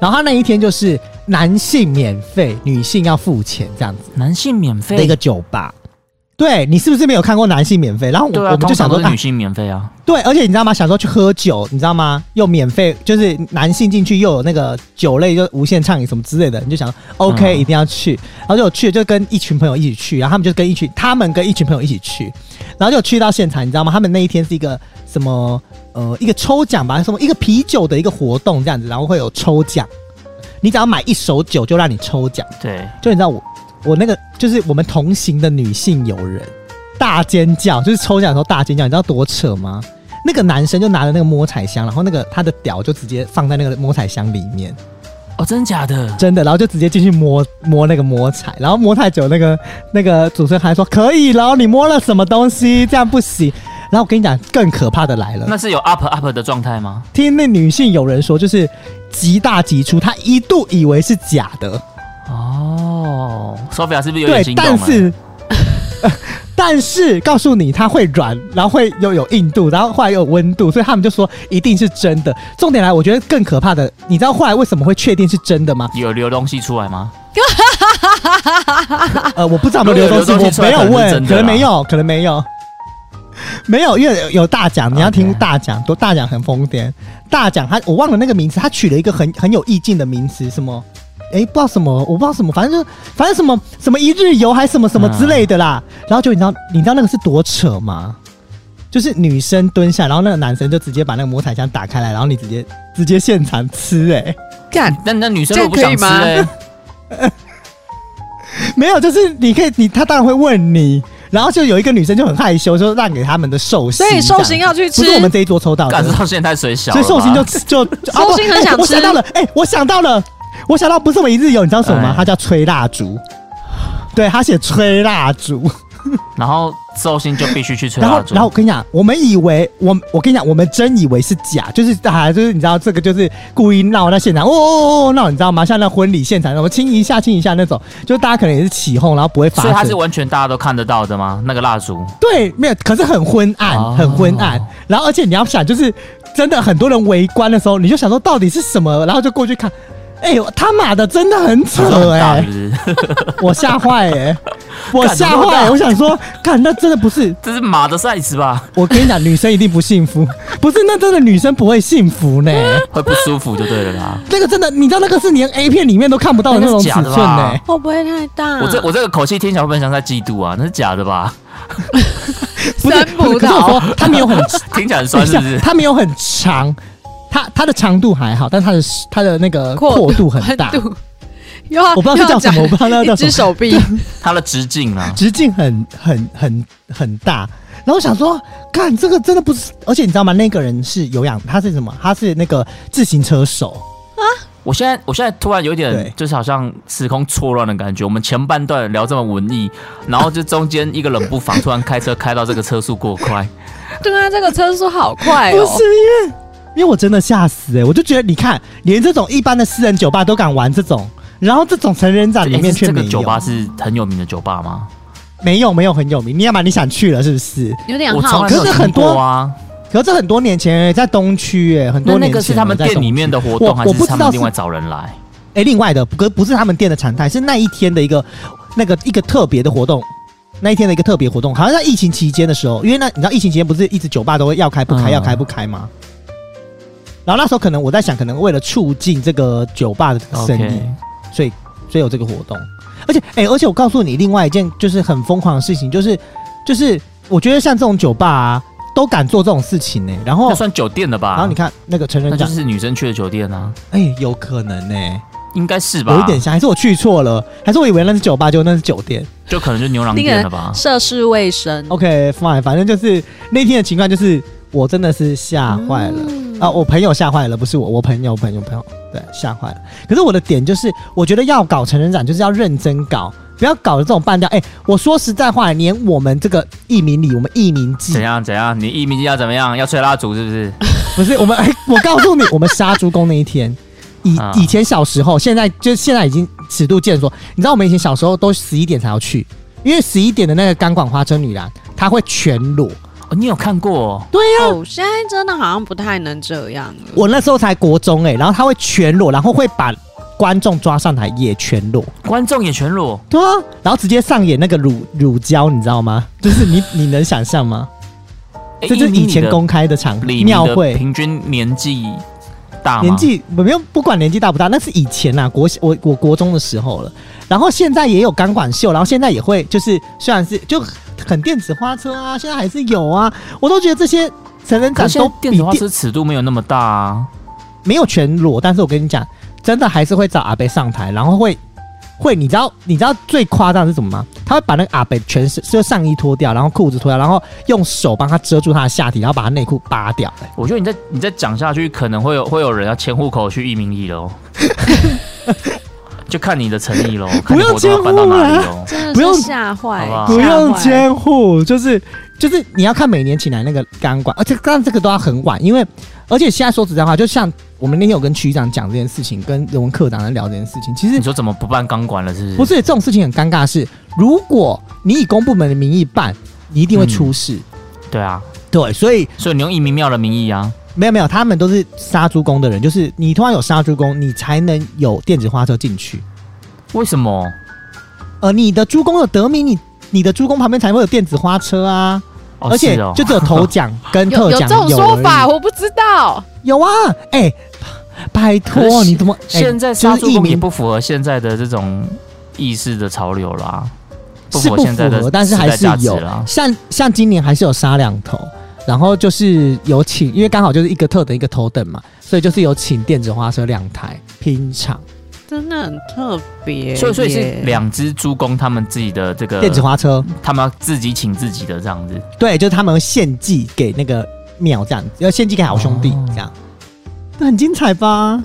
Speaker 3: 然后他那一天就是男性免费，女性要付钱这样子
Speaker 2: 男性免费
Speaker 3: 的一个酒吧。对你是不是没有看过男性免费？然后我、
Speaker 2: 对啊，
Speaker 3: 我们就
Speaker 2: 通常
Speaker 3: 想说
Speaker 2: 都是
Speaker 3: 啊
Speaker 2: 女，性免费啊，
Speaker 3: 对，而且你知道吗？想说去喝酒，你知道吗？又免费，就是男性进去又有那个酒类，就无限畅饮什么之类的，你就想 OK、
Speaker 2: 嗯
Speaker 3: 一定要去。然后就有去，就跟一群朋友一起去，然后他们就跟一群他们跟一群朋友一起去，然后就去到现场，你知道吗？他们那一天是一个什么呃一个抽奖吧，什么一个啤酒的一个活动这样子，然后会有抽奖，你只要买一手酒就让你抽奖。
Speaker 2: 对，
Speaker 3: 就你知道我我那个就是我们同行的女性友人大尖叫，就是抽奖的时候大尖叫，你知道多扯吗？那个男生就拿着那个摸彩箱，然后那个他的屌就直接放在那个摸彩箱里面，
Speaker 2: 哦，真假的？
Speaker 3: 真的，然后就直接进去摸摸那个摸彩，然后摸太久，那个那个主持人还说可以了，你摸了什么东西？这样不行。然后我跟你讲，更可怕的来了，
Speaker 2: 那是有 up up 的状态吗？
Speaker 3: 听那女性友人说，就是极大极出，她一度以为是假的，
Speaker 2: 哦，Sophia 是不是有点
Speaker 3: 对
Speaker 2: 心，动啊
Speaker 3: 但
Speaker 2: 了？
Speaker 3: 是、 但是告诉你，它会软，然后会又有硬度，然后后来又有温度，所以他们就说一定是真的。重点来，我觉得更可怕的，你知道后来为什么会确定是真的吗？
Speaker 2: 有流东西出来吗？
Speaker 3: 呃，我不知道有没有流
Speaker 2: 如果啊有流
Speaker 3: 东
Speaker 2: 东
Speaker 3: 西，
Speaker 2: 西
Speaker 3: 我没
Speaker 2: 出
Speaker 3: 有
Speaker 2: 来可能是
Speaker 3: 问，
Speaker 2: 真
Speaker 3: 可
Speaker 2: 的啦
Speaker 3: 能没有，可能没有。 没有，因为有有大奖，你要听
Speaker 2: OK
Speaker 3: 大奖，多大奖很疯癫。大奖他我忘了那个名词，他取了一个很很有意境的名词，什么？哎，不知道什么，我不知道什么，反正就反正什么什么一日游还什么什么之类的啦。然后就你知道你知道那个是多扯吗？就是女生蹲下，然后那个男生就直接把那个魔彩箱打开来，然后你直接直接现场吃、诶
Speaker 1: 干
Speaker 2: 那那女生如果不
Speaker 1: 这样
Speaker 2: 想
Speaker 1: 可以
Speaker 2: 吃
Speaker 1: 吗
Speaker 2: 嘞，
Speaker 3: 没有，就是你可以，你他当然会问你，然后就有一个女生就很害羞，就让给他们的寿
Speaker 1: 所
Speaker 3: 星这
Speaker 1: 以
Speaker 3: 样子，
Speaker 1: 寿星要去吃
Speaker 3: 不是我们这一桌抽到的
Speaker 2: 欸感，受现在水小
Speaker 3: 所
Speaker 2: 了吧，
Speaker 3: 以寿星就就就啊
Speaker 1: 寿星
Speaker 3: 不
Speaker 1: 很想
Speaker 3: 哎我想
Speaker 1: 吃
Speaker 3: 到了，哎、我想到了，我想到不是我一日游，你知道什么吗
Speaker 2: 哎？
Speaker 3: 它叫吹蜡烛，对他写吹蜡烛，
Speaker 2: 然后寿星就必须去吹
Speaker 3: 然后
Speaker 2: 蜡烛，
Speaker 3: 然后我跟你讲，我们以为我我跟你讲，我们真以为是假，就是啊，就是你知道这个就是故意闹在现场，哦哦哦哦闹，你知道吗？像那婚礼现场什么亲一下亲一下那种，就是大家可能也是起哄，然后不会发
Speaker 2: 所以它
Speaker 3: 生
Speaker 2: 是。完全大家都看得到的吗？那个蜡烛，
Speaker 3: 对，没有，可是很昏暗，
Speaker 2: 哦
Speaker 3: 很昏暗。然后，而且你要想，就是真的很多人围观的时候，你就想说到底是什么，然后就过去看。哎、呦，他妈的，真的 很扯
Speaker 2: 很
Speaker 3: 哎、
Speaker 2: 大是不是？
Speaker 3: 我吓坏哎，我吓
Speaker 2: 干怎么那
Speaker 3: 坏、
Speaker 2: 么大
Speaker 3: 我想说，看那真的不是，
Speaker 2: 这是马的 size 吧？
Speaker 3: 我跟你讲，女生一定不幸福，不是那真的女生不会幸福呢。
Speaker 2: 会不舒服就对了啦。
Speaker 3: 那个真的，你知道那个是连 A 片里面都看不到的那种
Speaker 2: 那个是
Speaker 3: 尺
Speaker 2: 假的
Speaker 3: 寸
Speaker 2: 吧
Speaker 3: 呢。
Speaker 1: 会不会太大？
Speaker 3: 嗯
Speaker 2: 我这我这个口气听起来会不会像在嫉妒啊？那是假的吧？
Speaker 3: 不是，
Speaker 1: 三
Speaker 3: 不
Speaker 1: 葡
Speaker 3: 是可是我
Speaker 1: 萄
Speaker 3: 说它没有很
Speaker 2: 听起来很酸是不
Speaker 3: 等一
Speaker 2: 是
Speaker 3: 下？它没有很长，它它的长度还好，但它的它的那个阔度很 大，
Speaker 1: 宽度又要
Speaker 3: 我不知道它叫什
Speaker 1: 又
Speaker 3: 么，我
Speaker 1: 要
Speaker 3: 不知道它
Speaker 1: 讲
Speaker 3: 叫
Speaker 1: 一
Speaker 3: 什
Speaker 1: 只
Speaker 3: 么，
Speaker 1: 手臂，
Speaker 2: 它的直径啊，
Speaker 3: 直径很很很很大。然后我想说，看这个真的不是，而且你知道吗？那个人是有氧，他是什么？他是那个自行车手，
Speaker 2: 我现在我现在突然有
Speaker 3: 对
Speaker 2: 点就是好像时空错乱的感觉。我们前半段聊这么文艺，然后就中间一个冷不防突然开车开到这个车速过快，
Speaker 1: 对啊，这个车速好
Speaker 2: 哎
Speaker 1: 快
Speaker 3: 不
Speaker 1: 哦，
Speaker 3: 是因为因为我真的吓死哎、我就觉得你看，连这种一般的私人酒吧都敢玩这种，然后这种成人展里面
Speaker 2: 诶
Speaker 3: 却
Speaker 2: 这
Speaker 3: 没
Speaker 2: 个
Speaker 3: 有，
Speaker 2: 酒吧是很有名的酒吧吗？
Speaker 3: 没有没有很有名。你要么你想去了是不是？
Speaker 1: 有点
Speaker 2: 我从
Speaker 1: 好
Speaker 2: 来没
Speaker 3: 可
Speaker 2: 有
Speaker 3: 是很
Speaker 2: 听
Speaker 3: 多
Speaker 2: 过啊。
Speaker 3: 可是很多年前、欸、在东区哎、很
Speaker 2: 那
Speaker 3: 多年前
Speaker 2: 那个是他们
Speaker 3: 在
Speaker 2: 店
Speaker 3: 东
Speaker 2: 里
Speaker 3: 区
Speaker 2: 面的活
Speaker 3: 我
Speaker 2: 动，还
Speaker 3: 我不
Speaker 2: 是
Speaker 3: 知
Speaker 2: 他
Speaker 3: 道
Speaker 2: 们
Speaker 3: 是
Speaker 2: 另外找人来？
Speaker 3: 哎、另外的不不是他们店的常态，是那一天的一个那个一个特别的活动。那一天的一个特别活动，好像在疫情期间的时候，因为那你知道疫情期间不是一直酒吧都会要开不开、
Speaker 2: 嗯
Speaker 3: 要开不开吗？然后那时候可能我在想，可能为了促进这个酒吧的生意
Speaker 2: OK，
Speaker 3: 所以所以有这个活动。而且哎、而且我告诉你另外一件就是很疯狂的事情，就是就是我觉得像这种酒吧、啊、都敢做这种事情呢、然后
Speaker 2: 那算酒店的吧？
Speaker 3: 哦然后你看那个成人
Speaker 2: 那就
Speaker 3: 展，
Speaker 2: 是女生去的酒店啊，
Speaker 3: 哎、有可能欸呢、
Speaker 2: 应该是吧？
Speaker 3: 有一点像，还是我去错了，还是我以为那是酒吧，就那是酒店。
Speaker 2: 就可能就牛郎
Speaker 1: 那
Speaker 2: 店
Speaker 1: 个
Speaker 2: 了吧？
Speaker 1: 涉世未深
Speaker 3: OK fine，反正就是那天的情况就是我真的是吓坏了、
Speaker 1: 嗯
Speaker 3: 啊，我朋友吓坏了，不是我，我朋友朋友朋友对吓坏了。可是我的点就是，我觉得要搞成人展就是要认真搞，不要搞这种半吊。哎、我说实在话，连我们这个艺名里，我们艺名
Speaker 2: 怎
Speaker 3: 记
Speaker 2: 样怎样？你艺名要怎么样？要吹蜡烛是不是？
Speaker 3: 不是我们，哎、我告诉你，我们杀猪公那一天。以
Speaker 2: 啊
Speaker 3: 以前小时候，现在就是现在已经尺度见说，你知道我们以前小时候都十一点才要去，因为十一点的那个钢管花车女郎，她会全裸。
Speaker 2: 哦，你有看过、哦？
Speaker 3: 对呀、
Speaker 1: 哦，现在真的好像不太能这样了。
Speaker 3: 我那时候才国中哎、然后她会全裸，然后会把观众抓上台也全裸，
Speaker 2: 观众也全裸，
Speaker 3: 对啊，然后直接上演那个乳乳胶，你知道吗？就是你你能想象吗？
Speaker 2: 诶
Speaker 3: 这就是
Speaker 2: 哎以
Speaker 3: 以
Speaker 2: 你
Speaker 3: 前
Speaker 2: 的
Speaker 3: 公开的场合
Speaker 2: 李
Speaker 3: 庙
Speaker 2: 明的
Speaker 3: 会，
Speaker 2: 平均年纪大吗？
Speaker 3: 年纪没有不管年纪大不大，那是以前呐、国我我国中的时候了。然后现在也有钢管秀，然后现在也会就是虽然是就很电子花车啊，现在还是有啊，我都觉得这些成人
Speaker 2: 可
Speaker 3: 展
Speaker 2: 是
Speaker 3: 都
Speaker 2: 现在
Speaker 3: 比
Speaker 2: 电子花
Speaker 3: 电
Speaker 2: 车尺度没有那么大啊。
Speaker 3: 没有全裸，但是我跟你讲，真的还是会找阿北上台，然后会会，你知道你知道最夸张的是什么吗？他会把那个阿北全身就上衣脱掉，然后裤子脱掉，然后用手帮他遮住他的下体，然后把他内裤扒掉、欸
Speaker 2: 我觉得你再你再讲下去，可能会有会有人要迁户口去移民里 喽，就看你的诚意喽，看你活动要搬到哪里
Speaker 3: 啊
Speaker 2: 喽。
Speaker 1: 真的
Speaker 3: 不用
Speaker 1: 是吓坏，
Speaker 2: 好不好
Speaker 3: 不用
Speaker 1: 吓坏
Speaker 3: 监护，就是就是你要看每年请来那个钢管，而且当然这个都要很晚，因为而且现在说实在话，就像我们那天有跟区长讲这件事情，跟人文课长在聊这件事情，其实
Speaker 1: 嗯
Speaker 2: 你说怎么不办钢管了？是不是？
Speaker 3: 不是这种事情很尴尬的是，如果你以公部门的名义办，你一定会出事。
Speaker 1: 嗯
Speaker 2: 对啊，
Speaker 3: 对，所以
Speaker 2: 所以你用移民庙的名义啊，
Speaker 3: 没有没有，他们都是杀猪工的人，就是你通常有杀猪工，你才能有电子花车进去。
Speaker 2: 为什么？
Speaker 3: 呃，你的猪公有得名，你你的猪公旁边才会有电子花车啊，
Speaker 2: 哦、
Speaker 3: 而且
Speaker 2: 是哦
Speaker 3: 就只有头奖 跟
Speaker 1: 有
Speaker 3: 特
Speaker 1: 有这
Speaker 3: 奖
Speaker 1: 种说
Speaker 3: 而已
Speaker 1: 法，我不知道。
Speaker 3: 有啊，哎、拜
Speaker 2: 可
Speaker 3: 托，
Speaker 2: 是
Speaker 3: 你怎么、哎
Speaker 2: 现在
Speaker 3: 就
Speaker 2: 杀
Speaker 3: 是
Speaker 2: 猪
Speaker 3: 艺
Speaker 2: 工也
Speaker 3: 名
Speaker 2: 不符合现在的这种意识的潮流啦，
Speaker 3: 是
Speaker 2: 符
Speaker 3: 不
Speaker 2: 现在
Speaker 3: 符
Speaker 2: 的
Speaker 3: 合，但是还
Speaker 2: 时
Speaker 3: 是
Speaker 2: 代价值
Speaker 3: 有
Speaker 2: 啦。
Speaker 3: 像像今年还是有杀两头，然后就是有请，因为刚好就是一个特等一个头等嘛，所以就是有请电子花车两台拼场，
Speaker 1: 真的很特别耶，
Speaker 2: 所以，所以是两只猪公他们自己的这个
Speaker 3: 电子花车，
Speaker 2: 他们要自己请自己的这样子。
Speaker 3: 对，就是他们献祭给那个庙这样，要献祭给好兄弟
Speaker 2: 哦
Speaker 3: 这样，那很精彩吧？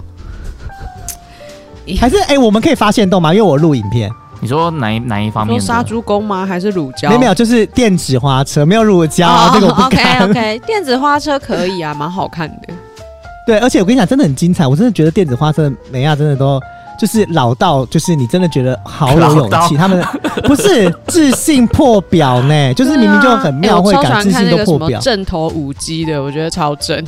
Speaker 1: 咦
Speaker 3: 还是哎、我们可以发现动吗？因为我录影片，
Speaker 2: 你说哪一哪一方
Speaker 1: 说
Speaker 2: 面的？
Speaker 1: 杀猪工吗？还是乳胶？
Speaker 3: 没有没有，就是电子花车，没有乳胶、
Speaker 2: 哦
Speaker 3: 啊，这个我不敢。
Speaker 1: OK OK，电子花车可以啊，蛮好看的。
Speaker 3: 对，而且我跟你讲，真的很精彩，我真的觉得电子花车的美亚真的都就是老到，就是你真的觉得好有
Speaker 2: 老
Speaker 3: 勇
Speaker 2: 到
Speaker 3: 气，他们的不是自信破表呢， 就是明明就很
Speaker 1: 对啊
Speaker 3: 庙会
Speaker 1: 哎我
Speaker 3: 感，
Speaker 1: 超喜
Speaker 3: 自
Speaker 1: 欢看那
Speaker 3: 信都
Speaker 1: 个什
Speaker 3: 破
Speaker 1: 么
Speaker 3: 表，
Speaker 1: 正头舞姬的，我觉得超正。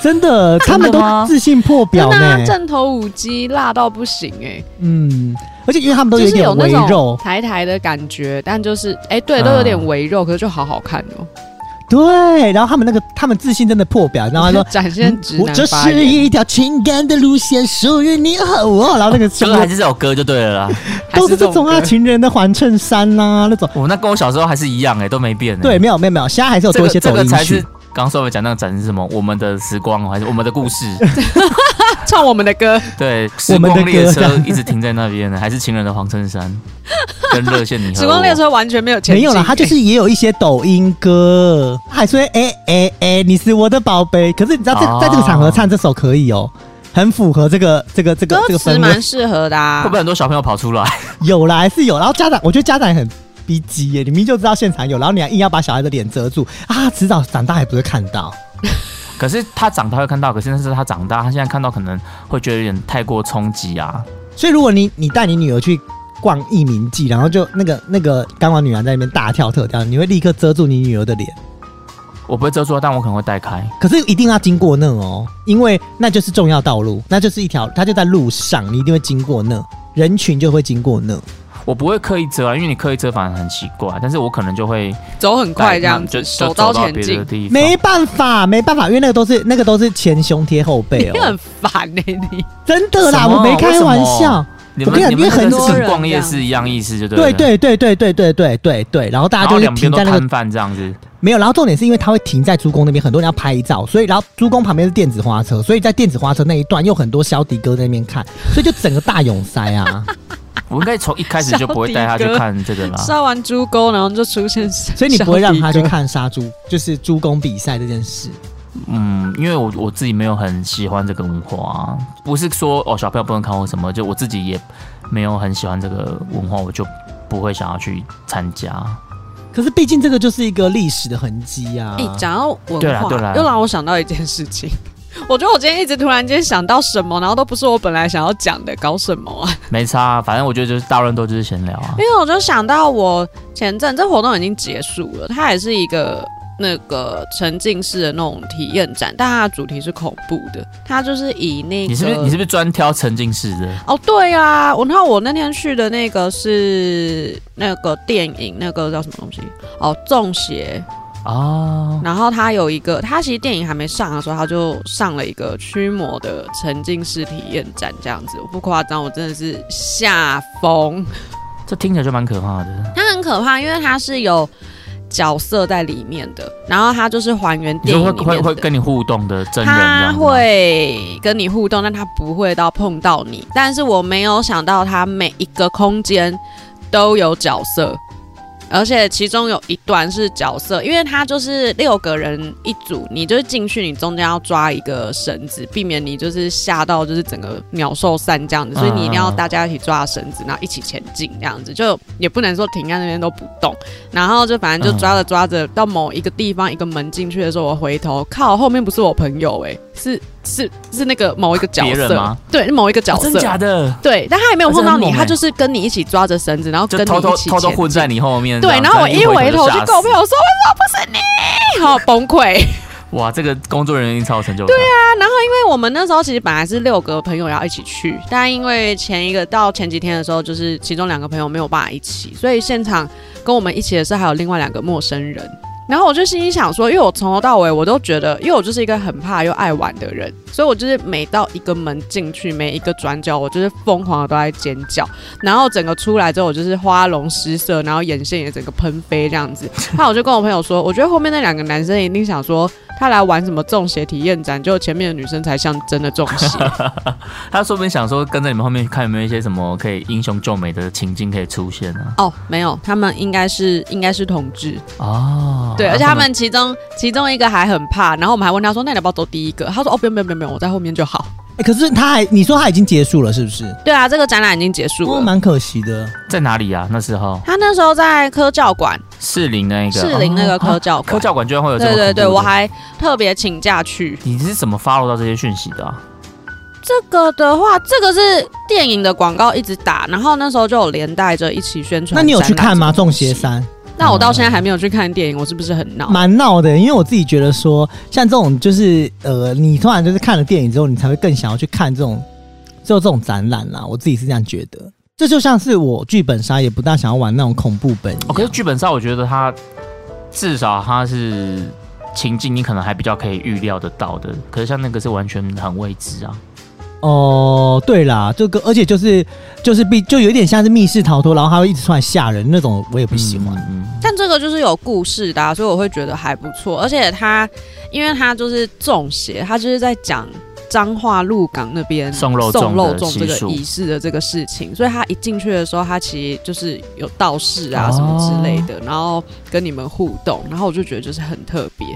Speaker 3: 真的，他们都
Speaker 2: 吗
Speaker 3: 自信破表
Speaker 1: 真的啊
Speaker 3: 呢，
Speaker 1: 正头舞姬辣到不行哎、
Speaker 3: 嗯，而且因为他们都
Speaker 1: 就
Speaker 3: 有一
Speaker 1: 是
Speaker 3: 点
Speaker 1: 那
Speaker 3: 微
Speaker 1: 种
Speaker 3: 肉，啊
Speaker 1: 台台的感觉，但就是哎、对，都
Speaker 2: 嗯
Speaker 1: 有点微肉，可是就好好看哦。。
Speaker 3: 对，然后他们那个他们自信真的破表，然后他 说嗯
Speaker 1: 展现直
Speaker 3: 我
Speaker 1: 男
Speaker 3: 这
Speaker 1: 发
Speaker 3: 是
Speaker 1: 言，
Speaker 3: 一条情感的路线，属于你和我。然后 那个
Speaker 2: 歌还是这首歌就对了 啦。
Speaker 1: 还
Speaker 3: 都是这种
Speaker 1: 歌
Speaker 3: 啊，情人的环衬衫呐、那种。
Speaker 2: 我那跟我小时候还是一样哎、都没变、欸。
Speaker 3: 对，，没有没有没有，现在还是有
Speaker 2: 这
Speaker 3: 多一些
Speaker 2: 个这
Speaker 3: 抖
Speaker 2: 个
Speaker 3: 音
Speaker 2: 才
Speaker 3: 去
Speaker 2: 是。刚刚稍微讲那个展是什么？我们的时光还是我们的故事？
Speaker 1: 唱我们的歌，
Speaker 2: 对，时
Speaker 3: 我们的
Speaker 2: 光列
Speaker 3: 歌啊
Speaker 2: 车一直停在那边呢，还是情人的黄衬衫跟热线你和
Speaker 1: 时光列
Speaker 2: 我
Speaker 1: 车完全没有前
Speaker 3: 没
Speaker 1: 进、
Speaker 3: 有啦，
Speaker 1: 哎
Speaker 3: 他就是也有一些抖音歌，他还说哎哎哎，你是我的宝贝。可是你知道这、
Speaker 2: 哦
Speaker 3: 在这个场合唱这首可以哦，很符合这个这个这个这
Speaker 1: 哎歌
Speaker 3: 个
Speaker 1: 词
Speaker 3: 氛
Speaker 1: 蛮
Speaker 3: 围。
Speaker 1: 适合的、啊
Speaker 2: 会不。会很多小朋友跑出来？
Speaker 3: 有啦，还是有。然后家长，我觉得家长也很逼急耶，你明明就知道现场有，然后你还硬要把小孩的脸遮住啊，迟早长大还不会看到。
Speaker 2: 可是他长大会看到，可是那是他长大，他现在看到可能会觉得有点太过冲击啊。
Speaker 3: 所以如果你你带你女儿去逛艺名记，然后就那个那个钢管女郎在那边大跳特跳，你会立刻遮住你女儿的脸。
Speaker 2: 我不会遮住，但我可能会带开。
Speaker 3: 可是一定要经过那哦，因为那就是重要道路，那就是一条，它就在路上，你一定会经过那，人群就会经过那。
Speaker 2: 我不会刻意遮啊，因为你刻意遮反而很奇怪。但是我可能就会
Speaker 1: 走很快
Speaker 2: 带
Speaker 1: 这样子，
Speaker 2: 就就
Speaker 1: 手
Speaker 2: 走
Speaker 1: 刀
Speaker 2: 到
Speaker 1: 前
Speaker 2: 别的
Speaker 1: 进，
Speaker 2: 地方。
Speaker 3: 没办法，没办法，因为那个都是那个都是前胸贴后背
Speaker 1: 你很
Speaker 3: 哦，
Speaker 1: 烦哎、你
Speaker 3: 真的啦，
Speaker 2: 什么
Speaker 3: 我没开玩
Speaker 2: 为什
Speaker 3: 笑
Speaker 2: 么。你
Speaker 3: 我跟
Speaker 2: 们
Speaker 3: 你讲
Speaker 2: 你们
Speaker 3: 因为很
Speaker 2: 那
Speaker 3: 啊
Speaker 2: 个
Speaker 1: 多
Speaker 2: 是
Speaker 1: 人
Speaker 2: 跟逛夜
Speaker 1: 这样
Speaker 2: 市一样意思，就对了。
Speaker 3: 对对对对对对对对对，然后大
Speaker 2: 然
Speaker 3: 家
Speaker 2: 后
Speaker 3: 就是
Speaker 2: 两边
Speaker 3: 停
Speaker 2: 都
Speaker 3: 在那个
Speaker 2: 摊贩这样子，
Speaker 3: 没有，然后重点是因为它会停在珠公那边，很多人要拍照，所以然后珠公旁边是电子花车，所以在电子花车那一段又很多小迪哥在那边看，所以就整个大涌塞啊。
Speaker 2: 我应该从一开始就不 会带他去看这个啦。
Speaker 1: 杀完猪沟，然后就出现，
Speaker 3: 所以你不会让他去。看杀猪，就是猪公比赛这件事。
Speaker 2: 嗯，因为我我自己没有很喜欢这个文化啊，不是说哦小朋友不能看或什么，就我自己也没有很喜欢这个文化，我就不会想要去参加。
Speaker 3: 可是毕竟这个就是一个历史的痕迹啊。
Speaker 1: 哎、讲到
Speaker 2: 对
Speaker 1: 文
Speaker 2: 啦
Speaker 1: 化
Speaker 2: 对啦，
Speaker 1: 又让我想到一件事情。我觉得我今天一直突然间想到什么，然后都不是我本来想要讲的，搞什么 啊？
Speaker 2: 没差啊，反正我觉得就是大乱斗就是闲聊啊
Speaker 1: 因。为我就想到我前阵这活动已经结束了，它也是一个那个沉浸式的那种体验展，但它的主题是恐怖的，它就是以那个
Speaker 2: 你是不
Speaker 3: 呃
Speaker 2: 是你是不是专挑沉浸式的？
Speaker 1: 哦，对啊，我那我那天去的那个是那个电影，那个叫什么东西？哦，中邪。
Speaker 3: 啊
Speaker 2: 哦，
Speaker 1: 然后它有一个，它其实电影还没上的时候，它就上了一个驱魔的沉浸式体验展，这样子，我不夸张，我真的是吓疯。
Speaker 2: 这听起来就蛮可怕的。
Speaker 1: 它很可怕，因为它是有角色在里面的，然后它就是还原
Speaker 2: 你
Speaker 1: 电
Speaker 2: 说
Speaker 1: 影
Speaker 2: 会
Speaker 1: 里面
Speaker 2: 会
Speaker 1: 的。
Speaker 2: 会跟你互动的真人这
Speaker 1: 他
Speaker 2: 样子吗，
Speaker 1: 会跟你互动，但他不会到碰到你。但是我没有想到，他每一个空间都有角色，而且其中有一段是角色，因为他就是六个人一组，你就是进去，你中间要抓一个绳子，避免你就是吓到就是整个鸟兽散这样子，所以你一定要
Speaker 2: 嗯
Speaker 1: 大家一起抓绳子，然后一起前进这样子，就也不能说停在那边都不动。然后就反正就
Speaker 2: 嗯
Speaker 1: 抓着抓着，到某一个地方一个门进去的时候，我回头靠，后面不是我朋友哎、是是是那个某一个角
Speaker 2: 别人吗
Speaker 1: 色，对，某一个角
Speaker 2: 哦真
Speaker 1: 色，
Speaker 2: 假的，
Speaker 1: 对，但他也没有碰到
Speaker 2: 哦这很
Speaker 1: 你，
Speaker 2: 猛欸
Speaker 1: 他就是跟你一起抓着绳子，然后跟
Speaker 2: 就
Speaker 1: 你
Speaker 2: 偷偷
Speaker 1: 一起
Speaker 2: 偷偷
Speaker 1: 前
Speaker 2: 混在
Speaker 1: 进。
Speaker 2: 你后面。
Speaker 1: 对，
Speaker 2: 这样
Speaker 1: 然后我
Speaker 2: 这样
Speaker 1: 一回头
Speaker 2: 头吓
Speaker 1: 就
Speaker 2: 死
Speaker 1: 跟我朋友说：“为什么不是你？”好崩溃。
Speaker 2: 哇，这个工作人员一定超有成就感。对啊，
Speaker 1: 因为我们那时候其实本来是六个朋友要一起去，但因为前一个到前几天的时候，就是其中两个朋友没有办法一起，所以现场跟我们一起的是还有另外两个陌生人。然后我就心里想说，因为我从头到尾我都觉得，因为我就是一个很怕又爱玩的人，所以我就是每到一个门进去，每一个转角，我就是疯狂的都在尖叫。然后整个出来之后，我就是花容失色，然后眼线也整个喷飞这样子。 那我就跟我朋友说，我觉得后面那两个男生一定想说，他来玩什么中邪体验展，就前面的女生才像真的中邪。
Speaker 2: 他说不定想说跟在你们后面看有没有一些什么可以英雄救美的情境可以出现啊。
Speaker 1: 哦，没有，他们应该是应该是同志，
Speaker 2: 哦，
Speaker 1: 对，
Speaker 2: 那
Speaker 1: 而且他们其中其中一个还很怕，然后我们还问他说，那你要不要走第一个？他说哦，不用不用不用不用，我在后面就好。
Speaker 3: 哎，可是他还你说他已经结束了，是不是？
Speaker 1: 对啊，这个展览已经结束
Speaker 3: 哦，
Speaker 1: 了。
Speaker 3: 蛮可惜的。
Speaker 2: 在哪里啊？那时候
Speaker 1: 他那时候在科教馆，
Speaker 2: 士林那一个
Speaker 1: 士林那个
Speaker 2: 哦
Speaker 1: 科教馆
Speaker 2: 科教馆居然会有这么
Speaker 1: 对对
Speaker 2: 恐怖
Speaker 1: 对，
Speaker 2: 的
Speaker 1: 我还特别请假去。
Speaker 2: 你是怎么 follow 到这些讯息的啊？
Speaker 1: 这个的话，这个是电影的广告一直打，然后那时候就有连带着一起宣传。
Speaker 3: 那你有去看吗？《中邪》三》
Speaker 1: 那我到现在还没有去看电影，我是不是
Speaker 2: 哦
Speaker 1: 很闹？
Speaker 3: 蛮闹的，因为我自己觉得说，像这种就是呃，你突然就是看了电影之后，你才会更想要去看这种就这种展览啦。我自己是这样觉得，这就像是我剧本杀也不大想要玩那种恐怖本一样。
Speaker 2: 哦，可是剧本杀，我觉得它至少它是情境，你可能还比较可以预料得到的。可是像那个是完全很未知啊。
Speaker 3: 哦，对啦，这个而且就是就是必就有点像是密室逃脱，然后他会一直出来吓人那种，我也不喜欢。
Speaker 2: 嗯，嗯
Speaker 1: 但这个就是有故事的、啊，所以我会觉得还不错。而且他，因为他就是中邪，他就是在讲彰化鹿港那边
Speaker 2: 送肉粽的
Speaker 1: 送肉粽这
Speaker 2: 习俗
Speaker 1: 个仪式的这个事情，所以他一进去的时候，他其实就是有道士啊
Speaker 2: 哦
Speaker 1: 什么之类的，然后跟你们互动，然后我就觉得就是很特别。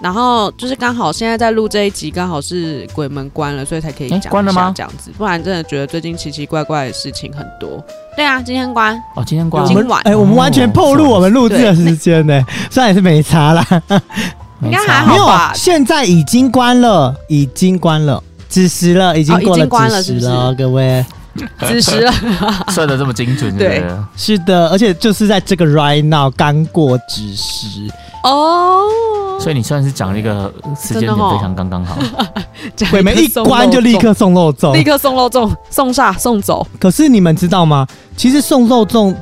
Speaker 1: 然后就是刚好现在在录这一集，刚好是鬼门关了，所以才可以
Speaker 2: 诶
Speaker 1: 讲
Speaker 2: 关了
Speaker 1: 一下
Speaker 2: 吗
Speaker 1: 这样子，不然真的觉得最近奇奇怪怪的事情很多。对啊，今天 关。
Speaker 2: 哦，今天关
Speaker 1: 有
Speaker 3: 我们
Speaker 1: 今晚
Speaker 3: 哎、我们完
Speaker 1: 哦
Speaker 3: 全透露我们录制的时间呢、虽然也是没差啦，
Speaker 2: 没
Speaker 1: 应该
Speaker 2: 差
Speaker 1: 还好
Speaker 3: 没有啊
Speaker 1: 吧，
Speaker 3: 现在已经关了，已经关了，子时了，已经
Speaker 1: 哦已
Speaker 3: 过
Speaker 1: 经关
Speaker 3: 子
Speaker 1: 了是
Speaker 3: 时
Speaker 1: 不是
Speaker 3: 了，各位。
Speaker 1: 子时了，
Speaker 2: 算的这么精准，对不对？
Speaker 3: 是的，而且就是在这个 right now 刚过子时，
Speaker 1: 哦，
Speaker 2: 所以你算是讲了一个时间点
Speaker 1: 真的哦
Speaker 2: 非常刚 刚好。
Speaker 1: 讲
Speaker 3: 鬼门一
Speaker 1: 送
Speaker 3: 关
Speaker 1: 肉
Speaker 3: 就立
Speaker 1: 粽
Speaker 3: 刻送肉粽。
Speaker 1: 立刻送肉粽，送煞送走。
Speaker 3: 可是你们知道吗？其实送肉粽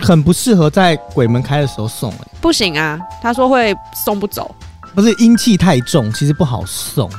Speaker 3: 很不适合在鬼门开的时候送、欸，
Speaker 1: 不行啊，他说会送不走。
Speaker 3: 不是阴气太重，其实不好送。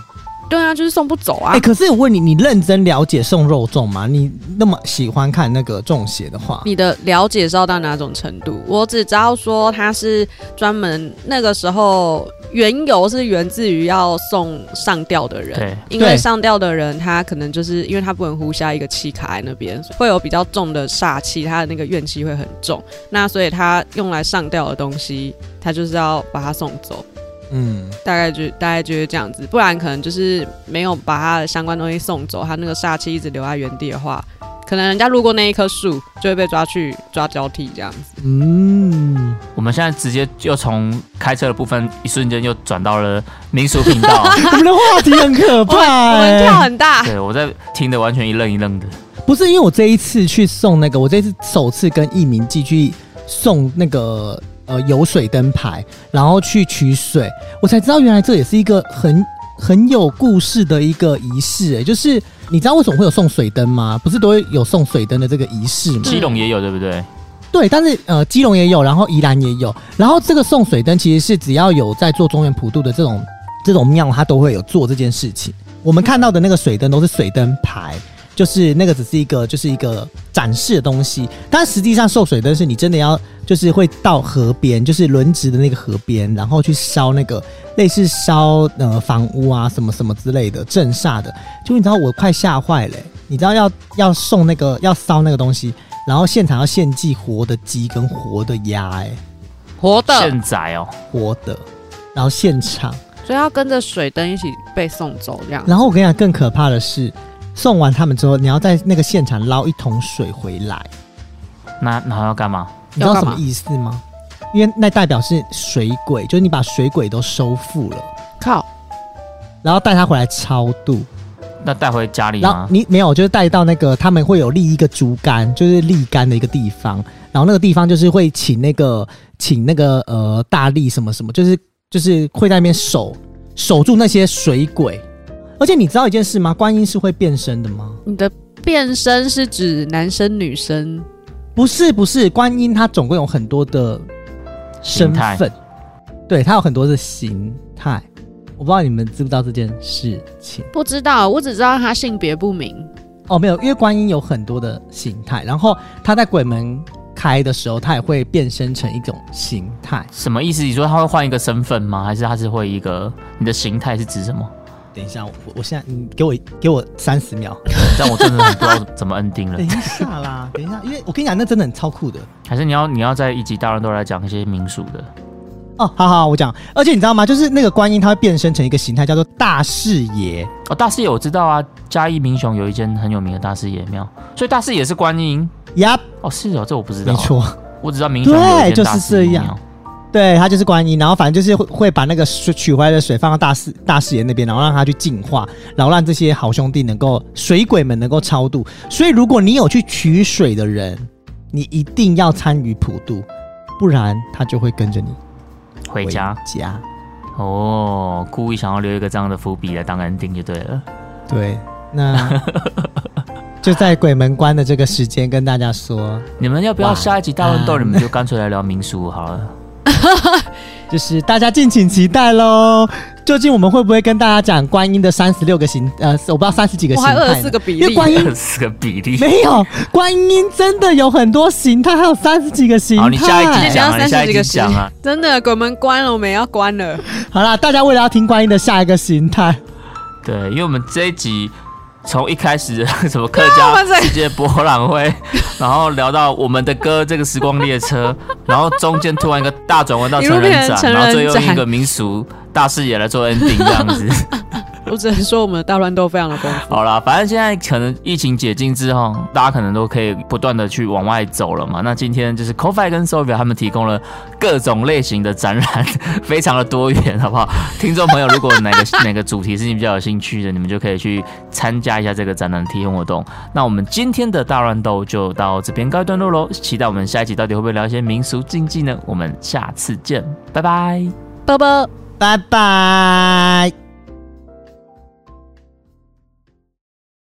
Speaker 1: 对啊，就是送不走啊。
Speaker 3: 哎、可是我问你，你认真了解送肉粽吗？你那么喜欢看那个中邪的话，
Speaker 1: 你的了解是要到哪种程度？我只知道说他是专门那个时候缘由是源自于要送上吊的人，
Speaker 2: 对，
Speaker 1: 因为
Speaker 3: 对
Speaker 1: 上吊的人他可能就是因为他不能呼吸，一个气卡在那边，会有比较重的煞气，他的那个怨气会很重。那所以他用来上吊的东西，他就是要把它送走。
Speaker 3: 嗯，
Speaker 1: 大概就大概就是这样子，不然可能就是没有把他的相关东西送走，他那个煞气一直留在原地的话，可能人家路过那一棵树就会被抓去抓交替这样子。
Speaker 3: 嗯，
Speaker 2: 我们现在直接又从开车的部分，一瞬间又转到了民俗 频道。
Speaker 3: 我们的话题很可
Speaker 1: 我们
Speaker 3: 怕、
Speaker 1: 我们跳
Speaker 3: 欸。
Speaker 1: 哦很大，
Speaker 2: 对我在听的完全一愣一愣的。
Speaker 3: 不是因为我这一次去送那个，我这次首次跟艺民寄去送那个呃有水灯牌，然后去取水，我才知道原来这也是一个很很有故事的一个仪式、哎，就是你知道为什么会有送水灯吗？不是都会有送水灯的这个仪式吗？
Speaker 2: 基隆也有对不对？
Speaker 3: 对，但是呃，基隆也有，然后宜兰也有，然后这个送水灯其实是只要有在做中原普渡的这种这种庙，它都会有做这件事情。我们看到的那个水灯都是水灯牌，就是那个只是一个就是一个展示的东西，但实际上送水灯是你真的要就是会到河边，就是轮值的那个河边，然后去烧那个类似烧呃房屋啊什么什么之类的镇煞的，就你知道我快吓坏了欸、你知道要要送那个要烧那个东西。然后现场要献祭活的鸡跟活的鸭、欸，
Speaker 1: 活的，
Speaker 2: 现宰哦，
Speaker 3: 哎，活的，然后现场，
Speaker 1: 所以要跟着水灯一起被送走这样。
Speaker 3: 然后我跟你讲，更可怕的是，送完他们之后，你要在那个现场捞一桶水回来，
Speaker 2: 那那还要干嘛？
Speaker 3: 你知道
Speaker 1: 要
Speaker 3: 什
Speaker 1: 干嘛
Speaker 3: 么意思吗？因为那代表是水鬼，就是你把水鬼都收复了，
Speaker 1: 靠，
Speaker 3: 然后带他回来超度，
Speaker 2: 那带回家里
Speaker 3: 然后
Speaker 2: 吗？
Speaker 3: 你没有，就是带到那个他们会有立一个竹竿，就是立竿的一个地方，然后那个地方就是会请那个请那个呃大力什么什么，就是就是会在那边守守住那些水鬼。而且你知道一件事吗？观音是会变身的吗？
Speaker 1: 你的变身是指男生女生？
Speaker 3: 不是，不是，观音它总共有很多的身
Speaker 2: 形态
Speaker 3: 份，对，它有很多的形态。我不知道你们知不知道这件事情。
Speaker 1: 不知道，我只知道他性别不明。
Speaker 3: 哦，没有，因为观音有很多的形态，然后它在鬼门开的时候，它也会变身成一种形态。
Speaker 2: 什么意思？你说他会换一个身份吗？还是他是会一个你的形态是指什么？
Speaker 3: 等一下，我我现在你给我给我三十秒，
Speaker 2: 但我真的很不知道怎么 ending
Speaker 3: 等一
Speaker 2: 了。
Speaker 3: 下啦，等一下，因为我跟你讲，那真的很超酷的
Speaker 2: 还是你要你要在一集大乱斗来讲一些民俗的？
Speaker 3: 哦。好好，我讲，而且你知道吗？就是那个观音，它会变身成一个形态，叫做大视野。
Speaker 2: 哦，大师爷我知道啊，嘉义民雄有一间很有名的大师爷庙，所以大师爷是观音。
Speaker 3: 呀、
Speaker 2: 哦，是哦，这我不知道。
Speaker 3: 没，错，
Speaker 2: 我只知道民雄有一间大师爷
Speaker 3: 对就是这
Speaker 2: 庙
Speaker 3: 样。对，它就是观音，然后反正就是会会把那个水取回来的水放到大视大视野那边，然后让它去净化，然后让这些好兄弟能够水鬼们能够超度。所以如果你有去取水的人，你一定要参与普渡，不然他就会跟着你
Speaker 2: 回家
Speaker 3: 家。
Speaker 2: 哦，故意想要留一个这样的伏笔来当 ending 就对了。
Speaker 3: 对，那就在鬼门关的这个时间跟大家说，
Speaker 2: 你们要不要
Speaker 3: 哇
Speaker 2: 下一集大乱斗？
Speaker 3: 嗯
Speaker 2: 你们就干脆来聊民俗好了。
Speaker 3: 就是大家敬请期待喽。究竟我们会不会跟大家讲观音的三十六个形？呃，我不知道三十几个
Speaker 1: 我
Speaker 3: 形
Speaker 1: 还
Speaker 3: 态呢，
Speaker 1: 二十四个比
Speaker 3: 因为
Speaker 1: 例，
Speaker 3: 观音
Speaker 2: 这是个比 例。
Speaker 3: 没有，观音真的有很多形态，还有三十几个形态。
Speaker 2: 好，你下一集
Speaker 1: 你要
Speaker 2: 讲啊，你
Speaker 1: 三
Speaker 2: 下
Speaker 1: 十几
Speaker 2: 一集
Speaker 1: 个十
Speaker 2: 讲啊。，
Speaker 1: 真的鬼门关了，我们也要关了。
Speaker 3: 好啦，大家为了要听观音的下一个形态，
Speaker 2: 对，因为我们这一集从一开始什么客
Speaker 1: 我
Speaker 2: 家
Speaker 1: 们在
Speaker 2: 世界博览会， 然后聊到我们的歌这个时光列车， 然后中间突然一个大转弯到
Speaker 1: 一
Speaker 2: 成
Speaker 1: 路变
Speaker 2: 人
Speaker 1: 成
Speaker 2: 展，
Speaker 1: 成
Speaker 2: 然后最
Speaker 1: 人
Speaker 2: 后一
Speaker 1: 展
Speaker 2: 个民俗大视野来做 ending 这样子。
Speaker 1: 我只能说我们的大乱斗非常的丰富。
Speaker 2: 好啦，反正现在可能疫情解禁之后，大家可能都可以不断的去往外走了嘛。那今天就是 c o f i 跟 Sylvia 他们提供了各种类型的展览， 非常的多元，好不好？听众朋友，如果哪个哪个主题是你比较有兴趣的，你们就可以去参加一下这个展览体验活动。那我们今天的大乱斗就到这边告一段落喽，期待我们下一集到底会不会聊一些民俗禁忌呢？我们下次见，拜拜。
Speaker 1: 啵啵。
Speaker 3: 拜拜。